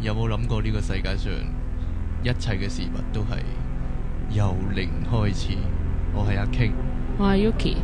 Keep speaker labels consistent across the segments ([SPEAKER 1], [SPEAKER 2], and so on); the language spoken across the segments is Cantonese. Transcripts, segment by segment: [SPEAKER 1] 有冇諗過呢個世界上一切嘅事物都係由零開始？我係阿 King，
[SPEAKER 2] 我係 Yuki，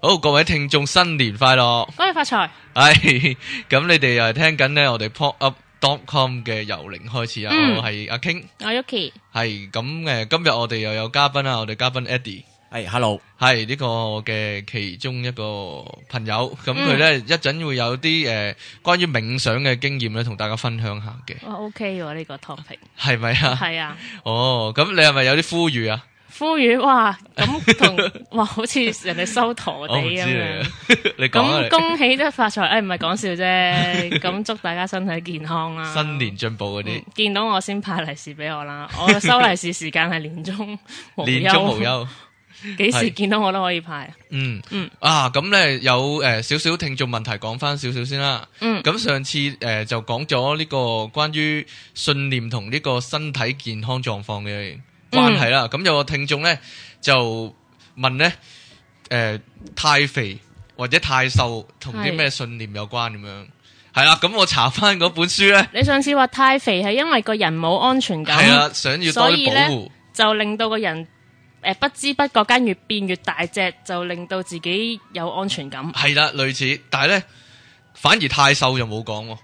[SPEAKER 1] 好，各位聽眾新年快樂！
[SPEAKER 2] 恭喜發 財，
[SPEAKER 1] 唉，咁你哋又係聽緊呢我哋 pop up dot com 嘅由零開始啊，
[SPEAKER 2] 嗯
[SPEAKER 1] 我係阿 King，
[SPEAKER 2] 我係 Yuki，
[SPEAKER 1] 係咁誒，今日我哋又有嘉賓啊，我哋嘉賓 Eddie。
[SPEAKER 3] 系，hello，哎
[SPEAKER 1] 係呢個我嘅其中一個朋友，咁
[SPEAKER 2] 嗯
[SPEAKER 1] 佢咧一陣會有啲誒、呃、關於冥想嘅經驗咧，同大家分享下嘅，
[SPEAKER 2] 哇 OK 喎呢個 topic，
[SPEAKER 1] 係咪啊？
[SPEAKER 2] 係啊，
[SPEAKER 1] 哦，咁你係咪有啲呼籲啊？
[SPEAKER 2] 呼籲哇咁同 哇好似人哋收陀地
[SPEAKER 1] 我唔知
[SPEAKER 2] 咁
[SPEAKER 1] 你
[SPEAKER 2] 樣
[SPEAKER 1] 啊。， 你講啊
[SPEAKER 2] 咁
[SPEAKER 1] 你，
[SPEAKER 2] 恭喜得發財， 誒唔係講笑啫，咁祝大家身體健康啦。
[SPEAKER 1] 新年進步嗰啲
[SPEAKER 2] 嗯，見到我先派利是俾我啦，我嘅收利是時間係年 中無
[SPEAKER 1] 年中無
[SPEAKER 2] 休，
[SPEAKER 1] 憂。
[SPEAKER 2] 幾時
[SPEAKER 1] 係
[SPEAKER 2] 見到我都可以派。
[SPEAKER 1] 嗯
[SPEAKER 2] 嗯
[SPEAKER 1] 啊，咁咧有誒少少聽眾問題講翻少少先啦。
[SPEAKER 2] 嗯
[SPEAKER 1] 咁上次誒、呃就講咗呢個關於信念同呢個身體健康狀況嘅關係
[SPEAKER 2] 嗯
[SPEAKER 1] 啦。咁、有個聽眾咧就問咧誒、呃太肥或者太瘦同啲
[SPEAKER 2] 係
[SPEAKER 1] 咩信念有關咁樣。係啦，咁我查翻嗰本書咧，
[SPEAKER 2] 你上次話太肥係因為個人冇安全感，
[SPEAKER 1] 係啊啦，想要多
[SPEAKER 2] 所以
[SPEAKER 1] 啲
[SPEAKER 2] 呢
[SPEAKER 1] 保護，
[SPEAKER 2] 就令到個人誒不知不覺間越變越大隻，就令到自己有安全感。
[SPEAKER 1] 係啦，類似，但係咧反而太瘦就冇講喎。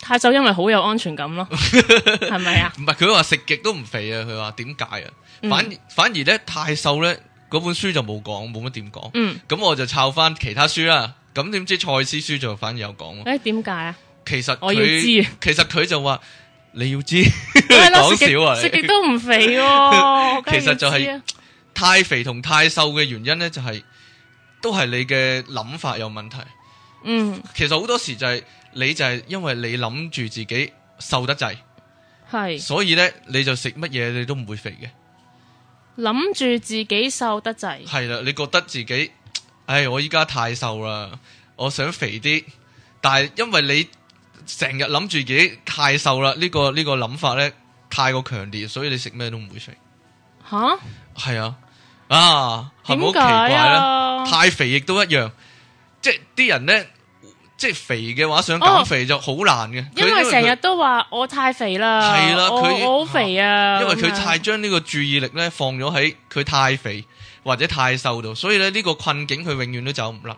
[SPEAKER 2] 太瘦因為好有安全感 咯，係咪啊？
[SPEAKER 1] 唔係佢話食極都唔肥啊，佢話點解啊？
[SPEAKER 2] 嗯
[SPEAKER 1] 反而反而咧太瘦咧，嗰本書就冇講，冇乜點講。
[SPEAKER 2] 嗯，
[SPEAKER 1] 咁我就抄翻其他書啦。咁點知賽斯書就反而有講喎。
[SPEAKER 2] 誒點解啊？
[SPEAKER 1] 其實
[SPEAKER 2] 我要
[SPEAKER 1] 佢
[SPEAKER 2] 知啊
[SPEAKER 1] 其實佢就話你要知
[SPEAKER 2] 係啦，食極
[SPEAKER 1] 講少啊，
[SPEAKER 2] 食極
[SPEAKER 1] 你
[SPEAKER 2] 都唔 肥喎。
[SPEAKER 1] 其實就係
[SPEAKER 2] 梗要知啊
[SPEAKER 1] 太肥同太瘦嘅原因咧，就係都係你嘅諗法有問題。
[SPEAKER 2] 嗯
[SPEAKER 1] 其實好多時就係你就係因為你諗住自己瘦得滯，
[SPEAKER 2] 係。
[SPEAKER 1] 所以咧你就食乜嘢你都唔會肥嘅。
[SPEAKER 2] 諗住自己瘦得滯，
[SPEAKER 1] 系啦，你覺得自己，唉，我依家太瘦啦，我想肥啲，但係因為你成日諗住自己太瘦啦，呢、個呢、個諗法咧太過強烈，所以你食咩都唔會肥。
[SPEAKER 2] 吓？
[SPEAKER 1] 係啊，啊，係咪好
[SPEAKER 2] 點
[SPEAKER 1] 奇
[SPEAKER 2] 解
[SPEAKER 1] 怪咧？
[SPEAKER 2] 啊？
[SPEAKER 1] 太肥亦都一樣，即係啲人咧，即係肥嘅話想減肥就好難嘅，
[SPEAKER 2] 哦因
[SPEAKER 1] 為
[SPEAKER 2] 為成日
[SPEAKER 1] 佢
[SPEAKER 2] 都話我太肥啦，
[SPEAKER 1] 係啦
[SPEAKER 2] 我
[SPEAKER 1] 佢
[SPEAKER 2] 我好肥啊，
[SPEAKER 1] 因為
[SPEAKER 2] 咁
[SPEAKER 1] 佢
[SPEAKER 2] 樣
[SPEAKER 1] 太將呢個注意力咧放咗喺佢太肥或者太瘦度，所以咧呢個困境佢永遠都走唔甩。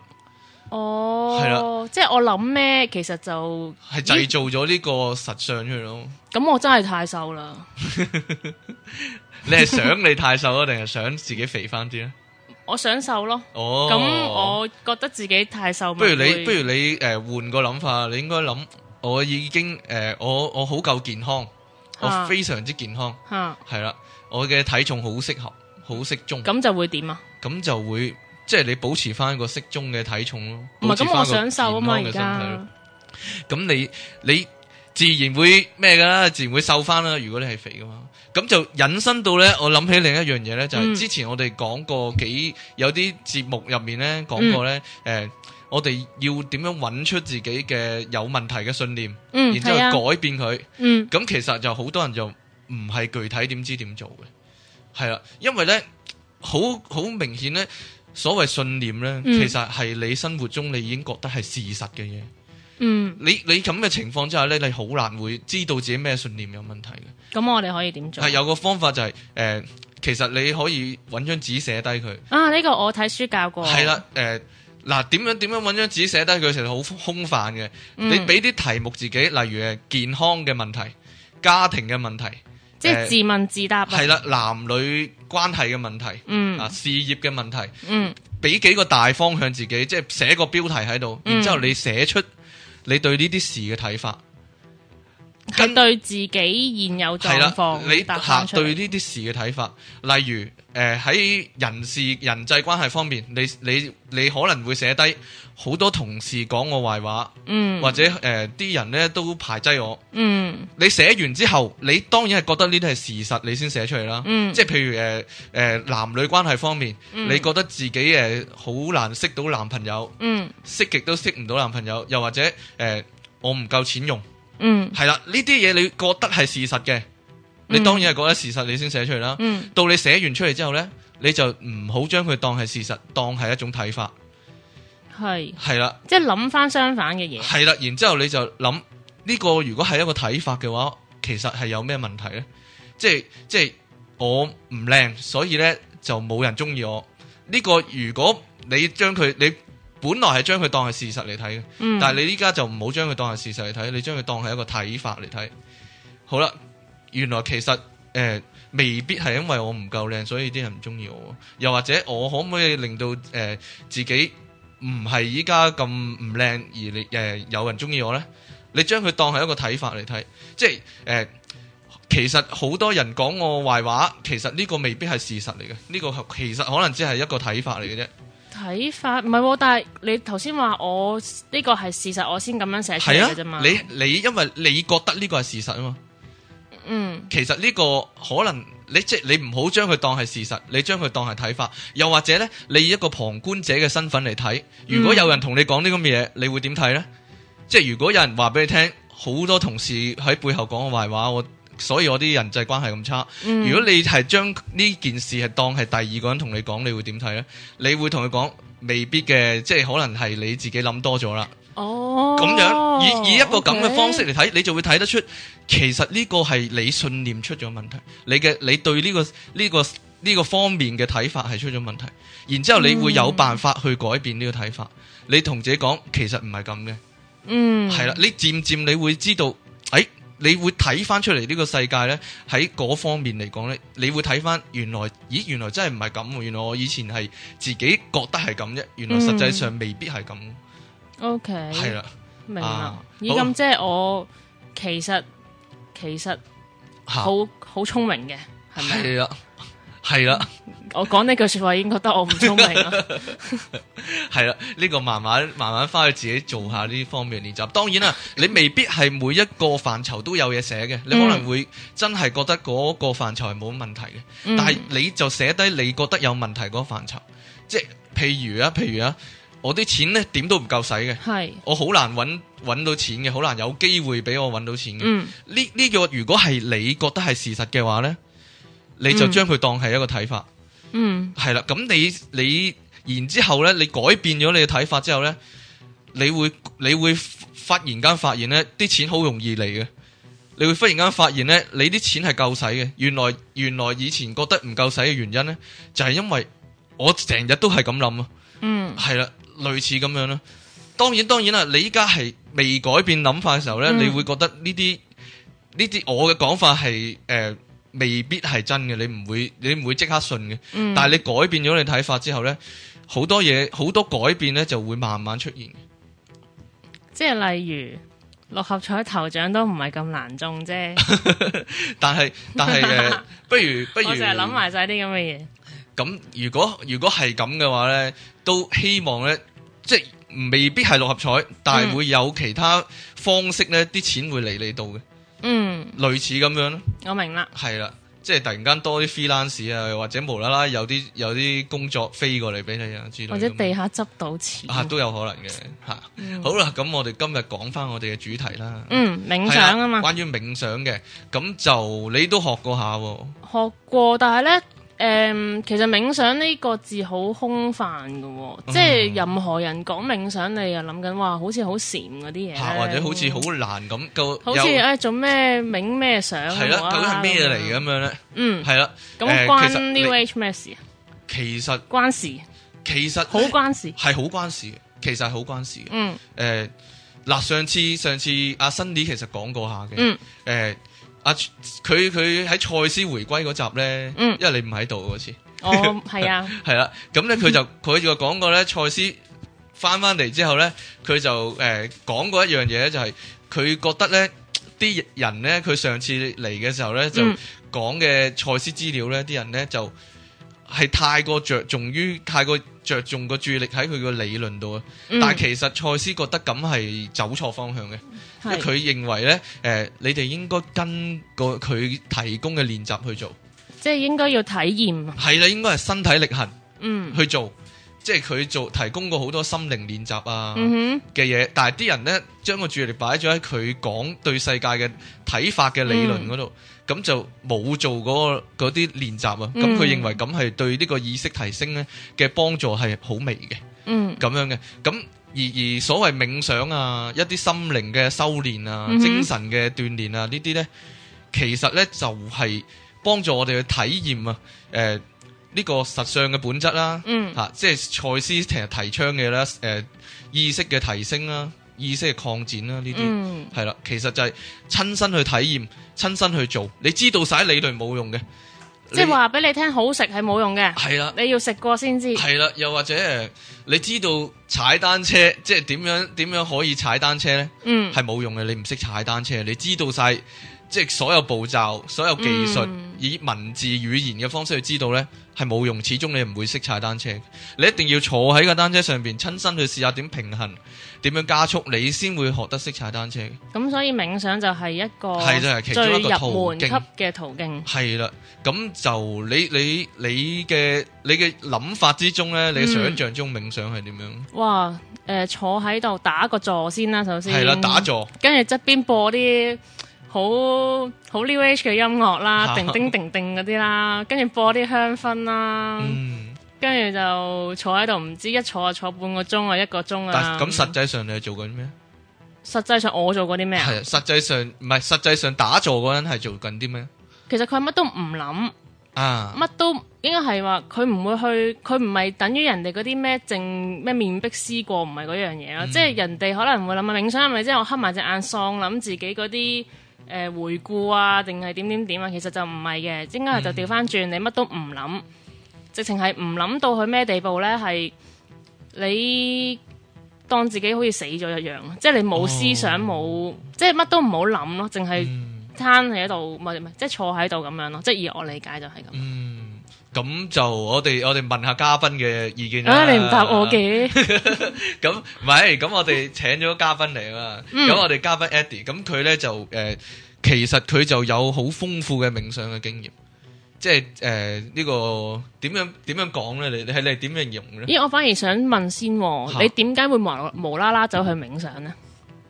[SPEAKER 1] 係
[SPEAKER 2] 哦，即係我諗咩，其實就
[SPEAKER 1] 系製造咗呢個實相出嚟 咯。
[SPEAKER 2] 咁我真係太瘦啦，
[SPEAKER 1] 你係想你太瘦啊，定係想自己肥翻啲咧？
[SPEAKER 2] 我想瘦咯，
[SPEAKER 1] 哦，
[SPEAKER 2] 咁我覺得自己太瘦，
[SPEAKER 1] 不如
[SPEAKER 2] 咪
[SPEAKER 1] 你
[SPEAKER 2] 會
[SPEAKER 1] 不如你诶换个谂法，你應該諗我已經诶、呃我我好夠健康，我
[SPEAKER 2] 啊
[SPEAKER 1] 非常之健康，
[SPEAKER 2] 吓
[SPEAKER 1] 係啦，我嘅體重好適合，好適中，
[SPEAKER 2] 咁就會點啊？
[SPEAKER 1] 咁就會即係你保持翻個適中嘅體重咯。
[SPEAKER 2] 唔係咁，我
[SPEAKER 1] 保持返個
[SPEAKER 2] 想瘦啊嘛，而
[SPEAKER 1] 健康嘅身體
[SPEAKER 2] 家
[SPEAKER 1] 咯咁你你自然會咩噶啦，自然會瘦翻啦。如果你係肥嘅話，咁就引申到咧，我諗起另一樣嘢咧，就係、
[SPEAKER 2] 嗯
[SPEAKER 1] 之前我哋講過幾有啲節目入面咧講過咧，誒、
[SPEAKER 2] 嗯
[SPEAKER 1] 我哋要點樣揾出自己嘅有問題嘅信念，
[SPEAKER 2] 嗯
[SPEAKER 1] 然之
[SPEAKER 2] 係啊，
[SPEAKER 1] 後改變佢。
[SPEAKER 2] 嗯
[SPEAKER 1] 咁其實就好多人就唔係具體點知點做嘅，係啦，因為咧好好明顯咧，所謂信念咧，
[SPEAKER 2] 嗯
[SPEAKER 1] 其實係你生活中你已經覺得係事實嘅嘢。
[SPEAKER 2] 嗯，
[SPEAKER 1] 你你咁嘅情況之下咧，你好難會知道自己咩信念有問題嘅。
[SPEAKER 2] 咁我哋可以點做
[SPEAKER 1] 係？啊有個方法就係、呃其實你可以揾張紙寫低佢。
[SPEAKER 2] 啊，呢個我睇書教過，
[SPEAKER 1] 係啦，誒嗱點樣點樣揾張紙寫低佢，其實好空泛嘅。
[SPEAKER 2] 嗯，
[SPEAKER 1] 你俾啲題目自己，例如誒健康嘅問題、家庭嘅問題，
[SPEAKER 2] 即係
[SPEAKER 1] 呃
[SPEAKER 2] 自問自答啊，
[SPEAKER 1] 係啦，男女關係嘅問題。
[SPEAKER 2] 嗯
[SPEAKER 1] 啊，事業嘅問題，
[SPEAKER 2] 嗯
[SPEAKER 1] 俾幾個大方向自己，即係寫個標題喺度，然之後
[SPEAKER 2] 嗯
[SPEAKER 1] 你寫出你對呢啲事嘅睇法，
[SPEAKER 2] 係對自己現有
[SPEAKER 1] 係
[SPEAKER 2] 狀
[SPEAKER 1] 啦
[SPEAKER 2] 況，
[SPEAKER 1] 你
[SPEAKER 2] 答
[SPEAKER 1] 嚇
[SPEAKER 2] 翻出嚟
[SPEAKER 1] 對呢啲事嘅睇法，例如誒喺、人事人際關係方面，你你你可能會寫低好多同事講我壞話，
[SPEAKER 2] 嗯
[SPEAKER 1] 或者呃誒啲、人呢都排擠我。
[SPEAKER 2] 嗯
[SPEAKER 1] 你寫完之後，你當然係覺得呢啲係事實，你先寫出嚟啦。
[SPEAKER 2] 嗯
[SPEAKER 1] 即係譬如誒誒、呃男女關係方面，
[SPEAKER 2] 嗯
[SPEAKER 1] 你覺得自己誒好、難識到男朋友，
[SPEAKER 2] 嗯
[SPEAKER 1] 識極都識唔到男朋友，又或者誒、呃我唔夠錢用，
[SPEAKER 2] 嗯
[SPEAKER 1] 係啦，呢啲嘢你覺得係事實嘅，你
[SPEAKER 2] 嗯
[SPEAKER 1] 當然係覺得事實，你先寫出嚟啦。
[SPEAKER 2] 嗯
[SPEAKER 1] 到你寫完出嚟之後呢，你就唔好將佢當係事實，當係一種睇法，
[SPEAKER 2] 係，
[SPEAKER 1] 係啦。
[SPEAKER 2] 即係諗翻相反嘅嘢，
[SPEAKER 1] 係啦，然之後你就諗呢、個如果係一個睇法嘅話，其實係有咩問題呢？即係即係我唔靚，所以呢就冇人中意我。呢、個如果你將佢你本來係將佢當係事實嚟睇嘅，
[SPEAKER 2] 嗯，
[SPEAKER 1] 但係你依家就唔好將佢當係事實嚟睇，你將佢當係一個睇法嚟睇。好啦，原來其實誒、呃未必係因為我唔夠靚，所以啲人唔中意我。又或者我可唔可以令到誒、呃自己唔係依家咁唔靚，而你誒、呃有人中意我呢？你將佢當係一個睇法嚟睇，即係誒、呃其實好多人講我壞話，其實呢個未必係事實嚟嘅，呢、個其實可能只係一個睇法嚟嘅啫。
[SPEAKER 2] 睇法唔係喎，但係你頭先話我呢個係事實，我先咁樣寫出
[SPEAKER 1] 係
[SPEAKER 2] 嚟
[SPEAKER 1] 啊
[SPEAKER 2] 嘅啫嘛，，
[SPEAKER 1] 你你因為你覺得呢個係事實啊嘛。
[SPEAKER 2] 嗯
[SPEAKER 1] 其實呢個可能你即係你唔好將佢當係事實，你將佢當係睇法，又或者呢，你以一個旁觀者嘅身份嚟睇，如果有人同你講呢咁嘅嘢，
[SPEAKER 2] 嗯
[SPEAKER 1] 你會點睇呢？即係如果有人話俾你聽，好多同事喺背後講我壞話，我所以我啲人際關係咁差。
[SPEAKER 2] 嗯，
[SPEAKER 1] 如果你係將呢件事係當係第二個人同你講，你會點睇呢？你會同佢講未必嘅，即係可能係你自己諗多咗啦。
[SPEAKER 2] 哦
[SPEAKER 1] 咁樣以以一個咁嘅方式
[SPEAKER 2] OK
[SPEAKER 1] 嚟睇，你就會睇得出，其實呢個係你信念出咗問題，你嘅你對呢、個呢、個呢、個方面嘅睇法係出咗問題，然之後
[SPEAKER 2] 嗯
[SPEAKER 1] 你會有辦法去改變呢個睇法。你同自己講，其實唔係咁嘅，
[SPEAKER 2] 嗯
[SPEAKER 1] 係啦、你漸漸你會知道，誒、你會睇翻出嚟呢個世界呢，喺嗰方面嚟講呢，你會睇翻原來，咦，原來真係唔係咁喎，原來我以前係自己覺得係咁啫，原來實際
[SPEAKER 2] 嗯
[SPEAKER 1] 上未必係咁，
[SPEAKER 2] ，OK，
[SPEAKER 1] 係啦、
[SPEAKER 2] 明啦
[SPEAKER 1] 啊。
[SPEAKER 2] 咦，
[SPEAKER 1] 好
[SPEAKER 2] 咁即係我其實其實
[SPEAKER 1] 嚇
[SPEAKER 2] 好好聰明嘅，係咪？
[SPEAKER 1] 啊係
[SPEAKER 2] 啊
[SPEAKER 1] 啦，係啊啦，
[SPEAKER 2] 我講呢句说話已經覺得我唔聰明 啊啦。
[SPEAKER 1] 係啦，呢、個慢慢慢慢翻去自己做下呢方面練習。當然啦，你未必係每一個範疇都有嘢寫嘅，
[SPEAKER 2] 嗯
[SPEAKER 1] 你可能會真係覺得嗰個範疇係冇問題嘅，
[SPEAKER 2] 嗯
[SPEAKER 1] 但係你就寫低你覺得有問題嗰個範疇，即係譬如啊，譬如啊，我啲錢呢點都唔夠使嘅，
[SPEAKER 2] 係，
[SPEAKER 1] 我好難揾揾到錢嘅，好難有機會俾我揾到錢嘅。
[SPEAKER 2] 嗯
[SPEAKER 1] 呢呢、個如果係你覺得係事實嘅話呢，你就將佢當係一個睇法。
[SPEAKER 2] 嗯
[SPEAKER 1] 系啦，咁你你然之後咧，你改變咗你嘅睇法之後咧，你會你會忽然間發現咧，啲錢好容易嚟嘅。你會忽然間發現咧，你啲錢係夠使嘅。原來原來以前覺得唔夠使嘅原因咧，就係因為我成日都係咁諗啊。
[SPEAKER 2] 嗯
[SPEAKER 1] 係啦，類似咁樣啦。當然當然啦，你依家係未改變諗法嘅時候咧，
[SPEAKER 2] 嗯
[SPEAKER 1] 你會覺得呢啲呢啲我嘅講法係誒、呃未必係真嘅，你唔會你唔會即刻信嘅。
[SPEAKER 2] 嗯，
[SPEAKER 1] 但係你改變咗你睇法之後呢，好多嘢好多改變呢就會慢慢出現。
[SPEAKER 2] 即係例如六合彩頭獎都唔係咁難中啫。
[SPEAKER 1] 但係但係誒、呃不如不如
[SPEAKER 2] 我成日諗埋晒啲咁嘅嘢。
[SPEAKER 1] 咁，如果如果係咁嘅話呢，都希望呢，即係未必係六合彩，但係
[SPEAKER 2] 嗯
[SPEAKER 1] 會有其他方式呢啲錢會嚟你度嘅，
[SPEAKER 2] 嗯，
[SPEAKER 1] 類似咁樣咯，
[SPEAKER 2] 我明啦。
[SPEAKER 1] 係啦。即係突然間多啲 freelance 啊，又或者無啦啦有啲有啲工作飛過嚟俾你啊之類咁樣，
[SPEAKER 2] 或者地下執到錢。
[SPEAKER 1] 啊都有可能嘅嚇。好啦，咁我哋今日講翻我哋嘅主題啦。
[SPEAKER 2] 嗯，冥想啊嘛，
[SPEAKER 1] 關於冥想嘅，咁就你都學過下喎，
[SPEAKER 2] 學過，但係咧。誒、其實冥想呢個字好空泛嘅喎、
[SPEAKER 1] 嗯
[SPEAKER 2] 即係任何人講冥想，你又諗緊哇，好似好禪嗰啲嘢
[SPEAKER 1] 嚇
[SPEAKER 2] 呢，
[SPEAKER 1] 或者好似好難咁，夠
[SPEAKER 2] 好似誒、做咩冥咩想啊
[SPEAKER 1] 係啦，究竟係咩嚟？
[SPEAKER 2] 無啦啦咁樣
[SPEAKER 1] 咁樣咧？
[SPEAKER 2] 嗯，
[SPEAKER 1] 係啦，
[SPEAKER 2] 咁
[SPEAKER 1] 誒
[SPEAKER 2] 關
[SPEAKER 1] 其實你
[SPEAKER 2] New Age 咩事啊？
[SPEAKER 1] 其實
[SPEAKER 2] 關事，
[SPEAKER 1] 其實
[SPEAKER 2] 好關事。
[SPEAKER 1] 係好關事嘅，其實係好關事嘅。
[SPEAKER 2] 嗯
[SPEAKER 1] 誒呃嗱，上次上次阿辛尼其實講過下嘅
[SPEAKER 2] 嗯，
[SPEAKER 1] 誒阿佢佢喺賽斯回歸嗰集咧
[SPEAKER 2] 嗯，
[SPEAKER 1] 因為你唔喺度嗰次。
[SPEAKER 2] 我係啊，
[SPEAKER 1] 系啦，咁咧佢 就佢就講過咧，賽斯呃翻翻嚟之後咧，佢就誒講、過一樣嘢咧，就係、佢覺得咧啲人咧，佢上次嚟嘅時候咧，就
[SPEAKER 2] 嗯
[SPEAKER 1] 講嘅賽斯資料咧，啲人咧就係太過着重於太過着重個注意力喺佢個理論度啊。
[SPEAKER 2] 嗯
[SPEAKER 1] 但係其實賽斯覺得咁係走錯方向嘅，因為
[SPEAKER 2] 係
[SPEAKER 1] 佢認為咧，誒、你哋應該跟個佢提供嘅練習去做，
[SPEAKER 2] 即係應該要體驗，啊
[SPEAKER 1] 係啦，應該係身體力行
[SPEAKER 2] 嗯
[SPEAKER 1] 去做，即係佢做提供過好多心靈練習啊。
[SPEAKER 2] 嗯
[SPEAKER 1] 嘅嘢，但係啲人呢，將個注意力擺咗喺佢講對世界嘅睇法嘅理
[SPEAKER 2] 嗯
[SPEAKER 1] 論嗰度，咁、就冇做嗰、個嗰啲練習啊。咁
[SPEAKER 2] 嗯
[SPEAKER 1] 佢、認為咁係對呢個意識提升呢嘅幫助係好微嘅，
[SPEAKER 2] 哼嗯
[SPEAKER 1] 咁樣嘅。咁而而所謂冥想啊，一啲心靈嘅修練啊、
[SPEAKER 2] 嗯哼
[SPEAKER 1] 精神嘅鍛鍊啊，呢啲呢，其實呢就係、幫助我哋去體驗啊，誒、呢個實相嘅本質啦、
[SPEAKER 2] 嗯
[SPEAKER 1] 吓、即係賽斯成日提倡嘅啦，誒、意識嘅提升啦，意識嘅擴展啦，呢啲
[SPEAKER 2] 嗯
[SPEAKER 1] 係啦，其實就係親身去體驗，親身去做，你知道晒理論冇用嘅，
[SPEAKER 2] 即係
[SPEAKER 1] 你
[SPEAKER 2] 話俾你聽好食係冇用嘅，
[SPEAKER 1] 係啦。
[SPEAKER 2] 你要食過先知，
[SPEAKER 1] 係啦，又或者誒你知道踩單車即係點樣點樣可以踩單車呢？
[SPEAKER 2] 嗯
[SPEAKER 1] 係冇用嘅，你唔識踩單車，你知道晒即係所有步驟、所有技術，
[SPEAKER 2] 嗯
[SPEAKER 1] 以文字語言嘅方式去知道呢，係冇用。始終你唔會識踩單車，你一定要坐喺個單車上邊，親身去試下點平衡、點樣加速，你先會學得識踩單車嘅。
[SPEAKER 2] 咁所以冥想就係一個
[SPEAKER 1] 係就係其中
[SPEAKER 2] 最
[SPEAKER 1] 一個
[SPEAKER 2] 入
[SPEAKER 1] 途徑
[SPEAKER 2] 門級嘅途徑，
[SPEAKER 1] 係啦，咁就你你你嘅你嘅諗法之中呢，你嘅
[SPEAKER 2] 嗯
[SPEAKER 1] 想像中冥想係點樣？
[SPEAKER 2] 哇！誒坐喺度打個坐先啦，首先
[SPEAKER 1] 係啦，打坐。
[SPEAKER 2] 跟住側邊播啲好好 New Age 嘅音 樂啦，叮叮叮叮嗰啲啦，跟住播啲香薰啦，
[SPEAKER 1] 嗯，
[SPEAKER 2] 跟住就坐喺度，唔知一坐就坐半個鐘啊，一個鐘啊。
[SPEAKER 1] 但咁實際上你係做緊咩？
[SPEAKER 2] 實際上我做過啲咩啊？
[SPEAKER 1] 係實際上唔係實際上打坐嗰陣係做緊啲咩
[SPEAKER 2] 其實佢係乜都唔諗，
[SPEAKER 1] 啊？
[SPEAKER 2] 乜都應該係話佢唔會去，佢唔係等於人哋嗰啲咩靜咩面壁思過，唔係嗰樣嘢咯。即係人哋可能會諗啊，冥想係咪即係我黑埋隻眼喪諗自己嗰啲誒回顧啊，定係點點點啊？其實就唔係嘅，應該係就調翻轉，你乜都唔諗，直情係唔諗到去咩地步咧？係你當自己好似死咗一樣，即係你冇思想冇，即係乜都唔好諗咯，淨係攤喺度，唔係唔係即係坐喺度咁樣咯。即係以我理解就係咁。
[SPEAKER 1] 嗯，咁就我哋我哋問下嘉賓嘅意見啦
[SPEAKER 2] 啊！你唔答我。嘅，
[SPEAKER 1] 咁唔係，咁我 哋請咗嘉賓嚟啊嘛。
[SPEAKER 2] 嗯
[SPEAKER 1] 咁我哋嘉賓 Eddie，咁佢咧就誒、呃其實佢就有好豐富嘅冥想嘅經驗，即係誒呢個點樣點樣講咧？你你係你點樣形容咧？
[SPEAKER 2] 咦？我反而想問先
[SPEAKER 1] 嚇
[SPEAKER 2] 喎，你點解會無無啦啦走去冥想呢？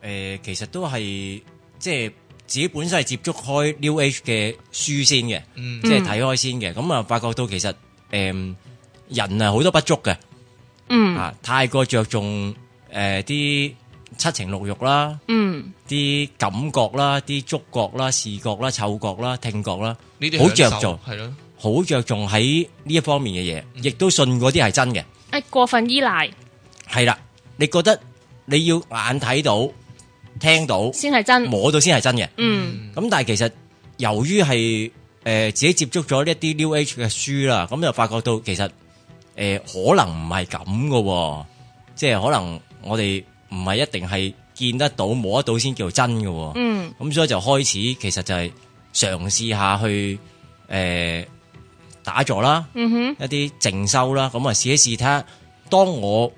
[SPEAKER 3] 誒、呃其實都係即係自己本身係接觸開 New Age 嘅書先嘅，
[SPEAKER 1] 嗯
[SPEAKER 3] 即係睇開先嘅。咁啊，發覺到其實誒、呃人係好多不足嘅，
[SPEAKER 2] 嗯
[SPEAKER 3] 啊，太過着重誒啲、七情六欲啦，
[SPEAKER 2] 嗯
[SPEAKER 3] 啲感覺啦，啲觸覺啦、視覺啦、嗅覺啦、聽覺啦，
[SPEAKER 1] 呢啲
[SPEAKER 3] 好
[SPEAKER 1] 享受
[SPEAKER 3] 着
[SPEAKER 1] 嗯
[SPEAKER 3] 重
[SPEAKER 1] 係咯，
[SPEAKER 3] 好着重喺呢一方面嘅嘢，亦都信嗰啲係真嘅。
[SPEAKER 2] 誒過分依賴
[SPEAKER 3] 係啦，你覺得你要眼睇到、聽到、
[SPEAKER 2] 先係真。
[SPEAKER 3] 摸到先係真嘅。
[SPEAKER 2] 嗯
[SPEAKER 3] 咁但係其實由於係誒自己接觸咗呢一啲 New Age 嘅書啦，咁就發覺到其實誒、呃可能唔係咁嘅喎，即係可能我哋唔係一定係見得到摸得到先叫真嘅喎。咁、
[SPEAKER 2] 嗯
[SPEAKER 3] 所以就開始其實就係嘗試下去誒、呃打坐啦，
[SPEAKER 2] 嗯哼
[SPEAKER 3] 一啲靜修啦，咁啊試一試睇下，當我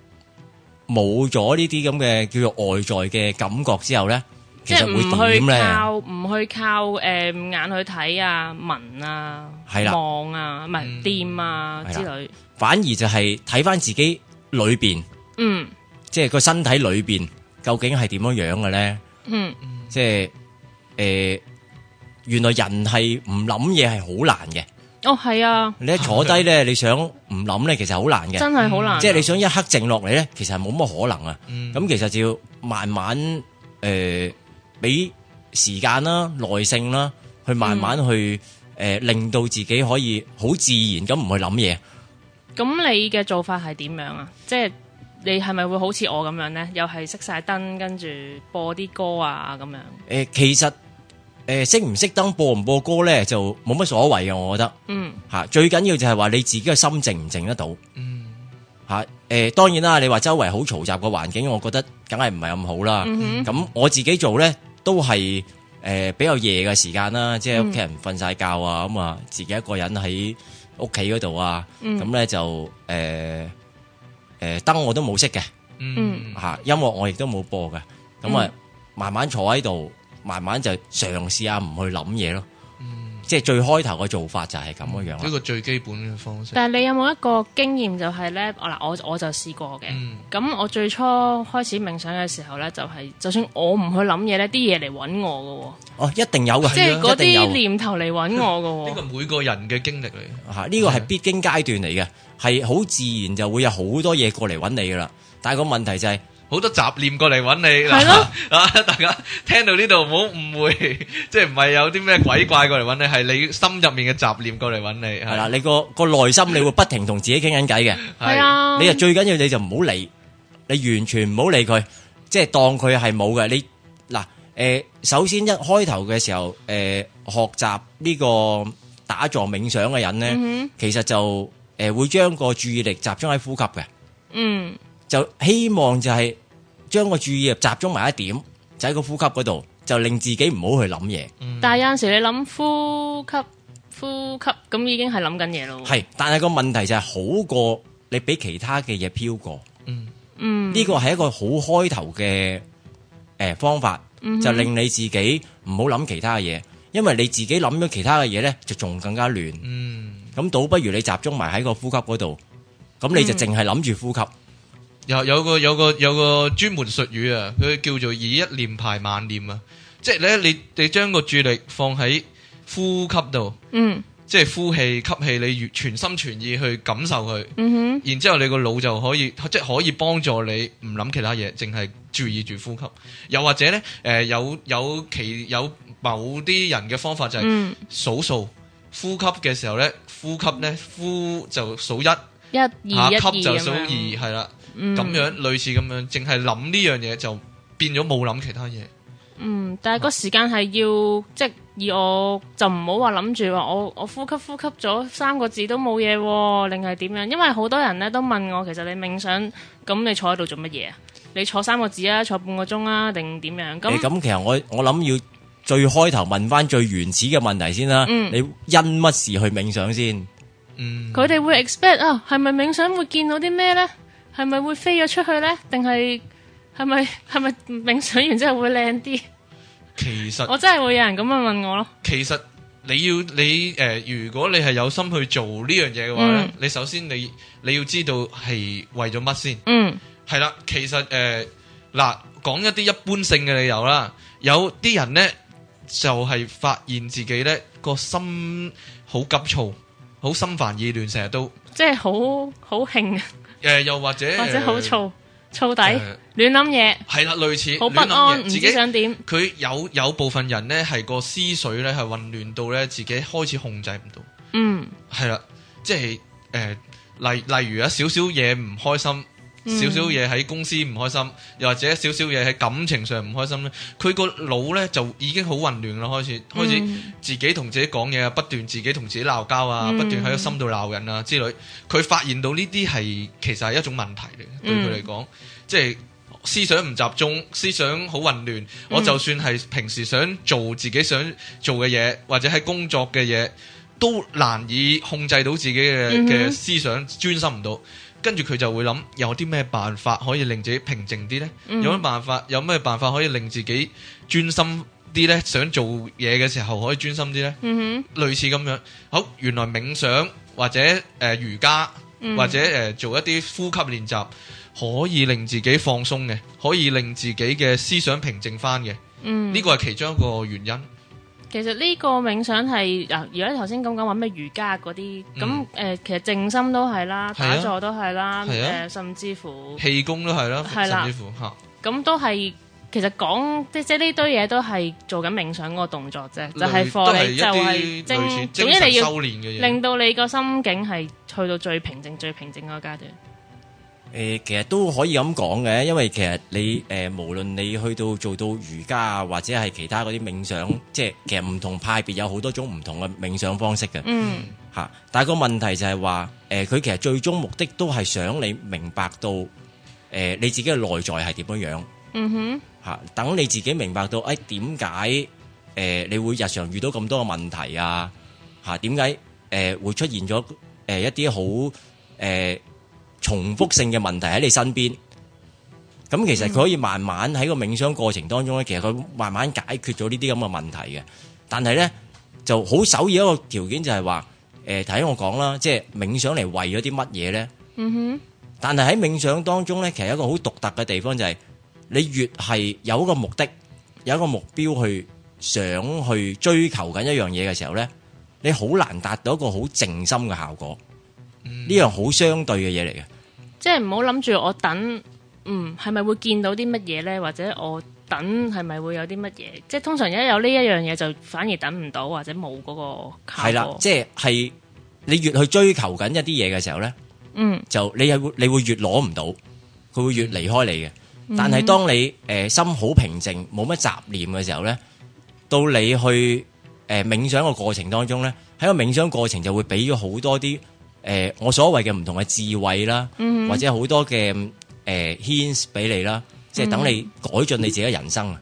[SPEAKER 3] 冇咗呢啲咁嘅叫做外在嘅感覺之後咧，其
[SPEAKER 2] 即係
[SPEAKER 3] 實
[SPEAKER 2] 唔
[SPEAKER 3] 會點
[SPEAKER 2] 去
[SPEAKER 3] 咧？
[SPEAKER 2] 靠唔去靠誒眼去睇啊、聞啊、
[SPEAKER 3] 係啦
[SPEAKER 2] 望啊、唔
[SPEAKER 1] 嗯
[SPEAKER 2] 係掂啊之
[SPEAKER 3] 係
[SPEAKER 2] 類。
[SPEAKER 3] 反而就係睇翻自己裏邊，
[SPEAKER 2] 嗯
[SPEAKER 3] 即係個身體裏邊究竟係點樣樣嘅咧？
[SPEAKER 2] 嗯
[SPEAKER 3] 即係誒、原來人係唔諗嘢係好難嘅。
[SPEAKER 2] 哦係啊，
[SPEAKER 3] 你一坐低咧，你想唔諗咧，其實好難嘅。嗯
[SPEAKER 2] 真係好難啊。
[SPEAKER 3] 即係你想一刻靜落嚟咧，其實係冇乜可能啊。
[SPEAKER 1] 嗯
[SPEAKER 3] 咁、其實就要慢慢誒俾、時間啦、耐性啦，去慢慢去誒、呃令到自己可以好自然咁唔去諗嘢。
[SPEAKER 2] 啊咁你嘅做法係點樣啊？即係你係咪會好似我咁樣呢？又係熄晒燈，跟住播啲歌啊咁樣。
[SPEAKER 3] 誒、其實誒熄唔熄燈播唔播歌咧，就冇乜所謂嘅，我覺得
[SPEAKER 2] 嗯
[SPEAKER 3] 嚇、最緊要就係話你自己嘅心靜唔靜得到
[SPEAKER 1] 嗯
[SPEAKER 3] 嚇。誒、當然啦，你話周圍好嘈雜嘅環境，我覺得梗係唔係咁好啦。
[SPEAKER 2] 嗯哼
[SPEAKER 3] 咁、我自己做咧都係誒、誒比較夜嘅時間啦，即係
[SPEAKER 2] 嗯
[SPEAKER 3] 屋企人瞓晒覺啊，咁啊自己一個人喺屋企嗰度啊，
[SPEAKER 2] 嗯
[SPEAKER 3] 咁咧就誒誒燈我都冇熄嘅
[SPEAKER 1] 嗯，
[SPEAKER 3] 嚇，音樂我亦都冇播嘅，咁
[SPEAKER 2] 嗯
[SPEAKER 3] 啊慢慢坐喺度，慢慢就嘗試下唔去諗嘢咯，
[SPEAKER 2] 嗯
[SPEAKER 3] 即係最開頭嘅做法就係咁樣樣
[SPEAKER 1] 呢
[SPEAKER 3] 啦。
[SPEAKER 1] 個最基本嘅方式。
[SPEAKER 2] 但係你有冇一個經驗就係咧？嗱，我我就試過嘅。
[SPEAKER 1] 嗯
[SPEAKER 2] 咁、我最初開始冥想嘅時候咧，就係、就算我唔去諗嘢咧，啲嘢嚟揾我
[SPEAKER 3] 哦，一定有
[SPEAKER 2] 嘅喎，
[SPEAKER 3] 嘅，
[SPEAKER 2] 即
[SPEAKER 1] 啊
[SPEAKER 2] 係嗰
[SPEAKER 3] 一定有
[SPEAKER 2] 啲念頭嚟揾我
[SPEAKER 1] 呢
[SPEAKER 2] 嘅
[SPEAKER 1] 個每個人嘅經歷嚟。
[SPEAKER 3] 吓，啊呢個係必經階段嚟嘅，係好自然就會有好多嘢過嚟揾你噶啦。但係個問題就係、
[SPEAKER 1] 好多雜念過嚟揾你，
[SPEAKER 2] 係咯
[SPEAKER 1] 啊！大家聽到呢度唔好誤會， 即係唔係有啲咩鬼怪過嚟揾你，係你心入面嘅雜念過嚟揾你，
[SPEAKER 3] 係啦，你個個內心你會不停同自己傾緊偈嘅，
[SPEAKER 2] 喎， 係，啊，
[SPEAKER 3] 你就最緊要你就唔好理，你完全唔好理佢，即係當佢係冇嘅。你嗱誒、呃首先一開頭嘅時候，誒、呃、學習呢個打坐冥想嘅人呢，
[SPEAKER 2] 嗯
[SPEAKER 3] 其實就誒、呃、會將個注意力集中喺呼吸嘅。
[SPEAKER 2] 嗯
[SPEAKER 3] 就希望就係將個注意力集中埋一點，就喺個呼吸嗰度，就令自己唔好去諗嘢。
[SPEAKER 1] 嗯
[SPEAKER 2] 但係有陣時你諗呼吸呼吸，咁已經係諗緊嘢咯喎。
[SPEAKER 3] 係，但係個問題就係好過你俾其他嘅嘢飄過。
[SPEAKER 1] 嗯，
[SPEAKER 2] 嗯，
[SPEAKER 3] 呢個係一個好開頭嘅誒方法，就令你自己唔好諗其他嘅嘢，因為你自己諗咗其他嘅嘢呢，就仲更加亂。
[SPEAKER 1] 嗯，
[SPEAKER 3] 咁倒不如你集中埋喺個呼吸嗰度，咁你就淨係諗住呼吸。
[SPEAKER 1] 有有個有個有個專門術語啊，佢叫做以一念排萬念啊，即係咧你你將個注意力放喺呼吸度，
[SPEAKER 2] 嗯
[SPEAKER 1] 即係呼氣吸氣，你越全心全意去感受佢，
[SPEAKER 2] 嗯
[SPEAKER 1] 然之後你個腦就可以即係可以幫助你唔諗其他嘢，淨係注意住呼吸。又或者呢，誒、有有其有某啲人嘅方法就
[SPEAKER 2] 哼
[SPEAKER 1] 係
[SPEAKER 2] 嗯，
[SPEAKER 1] 數數，呼吸嘅時候呢，呼吸呢，呼就數一，下
[SPEAKER 2] 一二一
[SPEAKER 1] 吸就
[SPEAKER 2] 二
[SPEAKER 1] 數
[SPEAKER 2] 咁
[SPEAKER 1] 二，
[SPEAKER 2] 樣，
[SPEAKER 1] 係啦，
[SPEAKER 2] 嗯
[SPEAKER 1] 咁樣類似咁樣，淨係諗呢樣嘢就變咗冇諗其他嘢。
[SPEAKER 2] 嗯，但係個時間係要即係以我就唔好話諗住話我我呼吸呼吸咗三個字都冇嘢喎，定係點樣？因為好多人咧都問我，其實你冥想咁你坐喺度做乜嘢啊？你坐三個字啊，坐半個鐘啊，定點樣？
[SPEAKER 3] 誒
[SPEAKER 2] 咁
[SPEAKER 3] 咁其實我我諗要最開頭問翻最原始嘅問題先啦。
[SPEAKER 2] 嗯
[SPEAKER 3] 你因乜事去冥想先？
[SPEAKER 1] 嗯，
[SPEAKER 2] 佢哋會 expect 啊，係咪冥想會見到啲咩呢？係咪會飛咗出去呢？定係係咪係咪冥想完之後會靚啲？
[SPEAKER 1] 其實。
[SPEAKER 2] 我真係會有人咁樣問我咯。
[SPEAKER 1] 其實你要你誒、呃如果你係有心去做呢樣嘢嘅話咧，
[SPEAKER 2] 嗯
[SPEAKER 1] 你首先你你要知道係為咗乜先，
[SPEAKER 2] 嗯
[SPEAKER 1] 係啦。其實誒呃嗱、講一啲一般性嘅理由啦，有啲人呢，就係、發現自己呢個心好急躁，好心煩意亂，成日都誒、
[SPEAKER 2] 即係好好興，啊
[SPEAKER 1] 呃又或者
[SPEAKER 2] 或者好燥燥底，
[SPEAKER 1] 呃
[SPEAKER 2] 亂諗嘢，
[SPEAKER 1] 係啦、類似
[SPEAKER 2] 好不
[SPEAKER 1] 亂諗嘢
[SPEAKER 2] 安，唔
[SPEAKER 1] 自
[SPEAKER 2] 知
[SPEAKER 1] 己。
[SPEAKER 2] 想點。
[SPEAKER 1] 佢有有部分人呢，係個思緒呢，係混亂到呢，自己開始控制唔到。
[SPEAKER 2] 嗯
[SPEAKER 1] 係啦，即係诶、呃例例如有少少嘢唔開心，
[SPEAKER 2] 嗯
[SPEAKER 1] 少少嘢喺公司唔開心，又或者少少嘢喺感情上唔開心咧，佢個腦呢就已經好混亂啦，開始開始
[SPEAKER 2] 嗯
[SPEAKER 1] 自己同自己講嘢啊，不斷自己同自己鬧交啊，
[SPEAKER 2] 嗯
[SPEAKER 1] 不斷喺個心度鬧人啊之類，佢發現到呢啲係其實係一種問題嚟嘅，
[SPEAKER 2] 嗯
[SPEAKER 1] 對佢嚟講，即係。思想唔集中，思想好混亂。
[SPEAKER 2] 嗯
[SPEAKER 1] 我就算係平時想做自己想做嘅嘢，或者喺工作嘅嘢，都難以控制到自己嘅
[SPEAKER 2] 嗯哼
[SPEAKER 1] 嘅思想，專心唔到。跟住佢就會諗有啲咩辦法可以令自己平靜啲呢？
[SPEAKER 2] 嗯
[SPEAKER 1] 有咩辦法？有咩辦法可以令自己專心啲呢？想做嘢嘅時候可以專心啲呢？
[SPEAKER 2] 嗯
[SPEAKER 1] 類似咁樣。好，原來冥想或者誒、呃瑜伽、
[SPEAKER 2] 嗯
[SPEAKER 1] 或者誒、呃做一啲呼吸練習，可以令自己放鬆嘅，可以令自己嘅思想平靜翻嘅。
[SPEAKER 2] 哼，嗯
[SPEAKER 1] 呢，個係其中一個原因。
[SPEAKER 2] 其實呢個冥想係嗱，如果你頭先咁講話咩瑜伽嗰啲，咁誒其實靜心都係啦，
[SPEAKER 1] 嗯係啊
[SPEAKER 2] 打坐都係啦，
[SPEAKER 1] 係啊
[SPEAKER 2] 誒甚至乎
[SPEAKER 1] 氣功都係啦，
[SPEAKER 2] 係啦
[SPEAKER 1] 甚至乎嚇。
[SPEAKER 2] 咁都係。其實講即即呢堆嘢都係做緊冥想嗰個動作啫，就係
[SPEAKER 1] 都
[SPEAKER 2] 課
[SPEAKER 1] 係
[SPEAKER 2] 你
[SPEAKER 1] 一
[SPEAKER 2] 就係
[SPEAKER 1] 啲類
[SPEAKER 2] 精，
[SPEAKER 1] 似
[SPEAKER 2] 總
[SPEAKER 1] 精
[SPEAKER 2] 之
[SPEAKER 1] 神
[SPEAKER 2] 你要
[SPEAKER 1] 修煉嘅嘢。
[SPEAKER 2] 令到你個心境係去到最平靜、最平靜嗰個階段。
[SPEAKER 3] 誒、呃其實都可以咁講嘅，因為其實你誒、呃無論你去到做到瑜伽啊，或者係其他嗰啲冥想，即係其實唔同派別有好多種唔同嘅冥想方式嘅嚇、
[SPEAKER 2] 嗯
[SPEAKER 3] 但係個問題就係話誒，佢、其實最終目的都係想你明白到誒、你自己嘅內在係點樣樣。
[SPEAKER 2] 嗯哼，
[SPEAKER 3] 哎嚇，等你自己明白到，誒點解诶、你會日常遇到咁多嘅問題啊？吓、點解诶會出現咗诶、一啲好呃诶重複性嘅問題喺你身邊？咁其實佢可以慢慢喺個冥想過程當中咧，其實佢慢慢解決咗呢啲咁嘅問題嘅。但係咧就好首要一個條件就係話，誒睇我講啦，即係冥想嚟為咗啲乜嘢咧？
[SPEAKER 2] 嗯
[SPEAKER 3] 但係喺冥想當中咧，其實有一個好獨特嘅地方就係、你越係有一個目的，有一個目標去想去追求緊一樣嘢嘅時候咧，你好難達到一個好靜心嘅效果。呢樣好相對嘅嘢嚟嘅。
[SPEAKER 2] 哼，即係唔好諗住我等，嗯，係咪會見到啲乜嘢咧？或者我等係咪會有啲乜嘢？即係通常一有呢一樣嘢就反而等唔到，或者冇嗰個
[SPEAKER 3] 係啦
[SPEAKER 2] 效，果
[SPEAKER 3] 即係係你越去追求緊一啲嘢嘅時候咧，
[SPEAKER 2] 嗯，
[SPEAKER 3] 就你係會你會越攞唔到，佢會越離開你嘅。
[SPEAKER 2] 嗯
[SPEAKER 3] 但係當你誒、呃心好平靜，冇乜雜念嘅時候咧，到你去誒、呃冥想嘅過程當中咧，喺個冥想過程就會俾咗好多啲誒、呃我所謂嘅唔同嘅智慧啦，
[SPEAKER 2] 嗯
[SPEAKER 3] 或者好多嘅誒、呃 hints 俾你啦，即係等
[SPEAKER 2] 嗯
[SPEAKER 3] 你改進你自己嘅人生啊。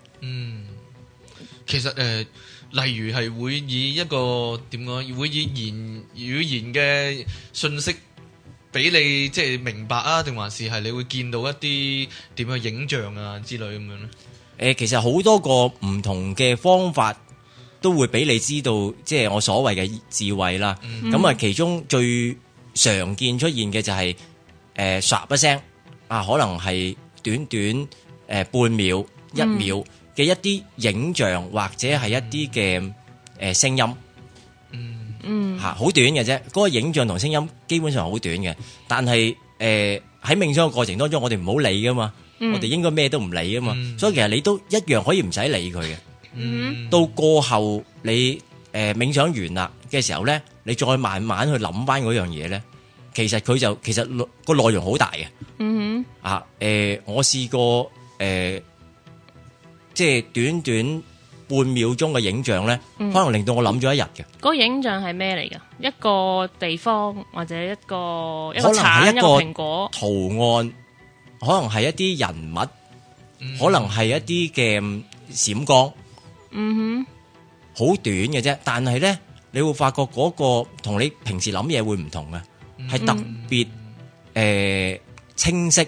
[SPEAKER 1] 其實誒、呃例如係會以一個點講，會以言語言嘅信息俾你即係明白啊，定還是係你會見到一啲點嘅影像啊之類咁樣咧？
[SPEAKER 3] 誒、其實好多個唔同嘅方法都會俾你知道，即係我所謂嘅智慧啦。咁啊、其中最常見出現嘅就係、誒唰一聲啊，可能係短短誒、呃半秒、一秒嘅一啲影像或者係一啲嘅誒聲音。嗯，嚇好短嘅啫，嗰、個影像同聲音基本上好短嘅，但係誒喺冥想嘅過程當中，我哋唔好理噶嘛，我哋應該咩都唔理啊嘛，
[SPEAKER 1] 嗯
[SPEAKER 3] 所以其實你都一樣可以唔使理佢嘅。
[SPEAKER 1] 嗯，
[SPEAKER 3] 到過後你誒、呃冥想完啦嘅時候咧，你再慢慢去諗翻嗰樣嘢咧，其實佢就其實內個內容好大嘅。
[SPEAKER 2] 嗯
[SPEAKER 3] 啊誒、我試過誒、即係短短半秒鐘嘅影像咧，
[SPEAKER 1] 嗯
[SPEAKER 3] 可能令到我諗咗一日嘅。
[SPEAKER 2] 哼，嗰個影像係咩嚟㗎？一個地方或者一個一
[SPEAKER 3] 可
[SPEAKER 2] 個
[SPEAKER 3] 能係
[SPEAKER 2] 橙
[SPEAKER 3] 一個
[SPEAKER 2] 一個蘋果，
[SPEAKER 3] 圖案，可能係一啲人物，可能係一啲嘅嗯閃光，
[SPEAKER 2] 嗯
[SPEAKER 3] 好短嘅啫。但係咧，你會發覺嗰個同你平時諗嘢會唔同嘅，係特別誒清晰、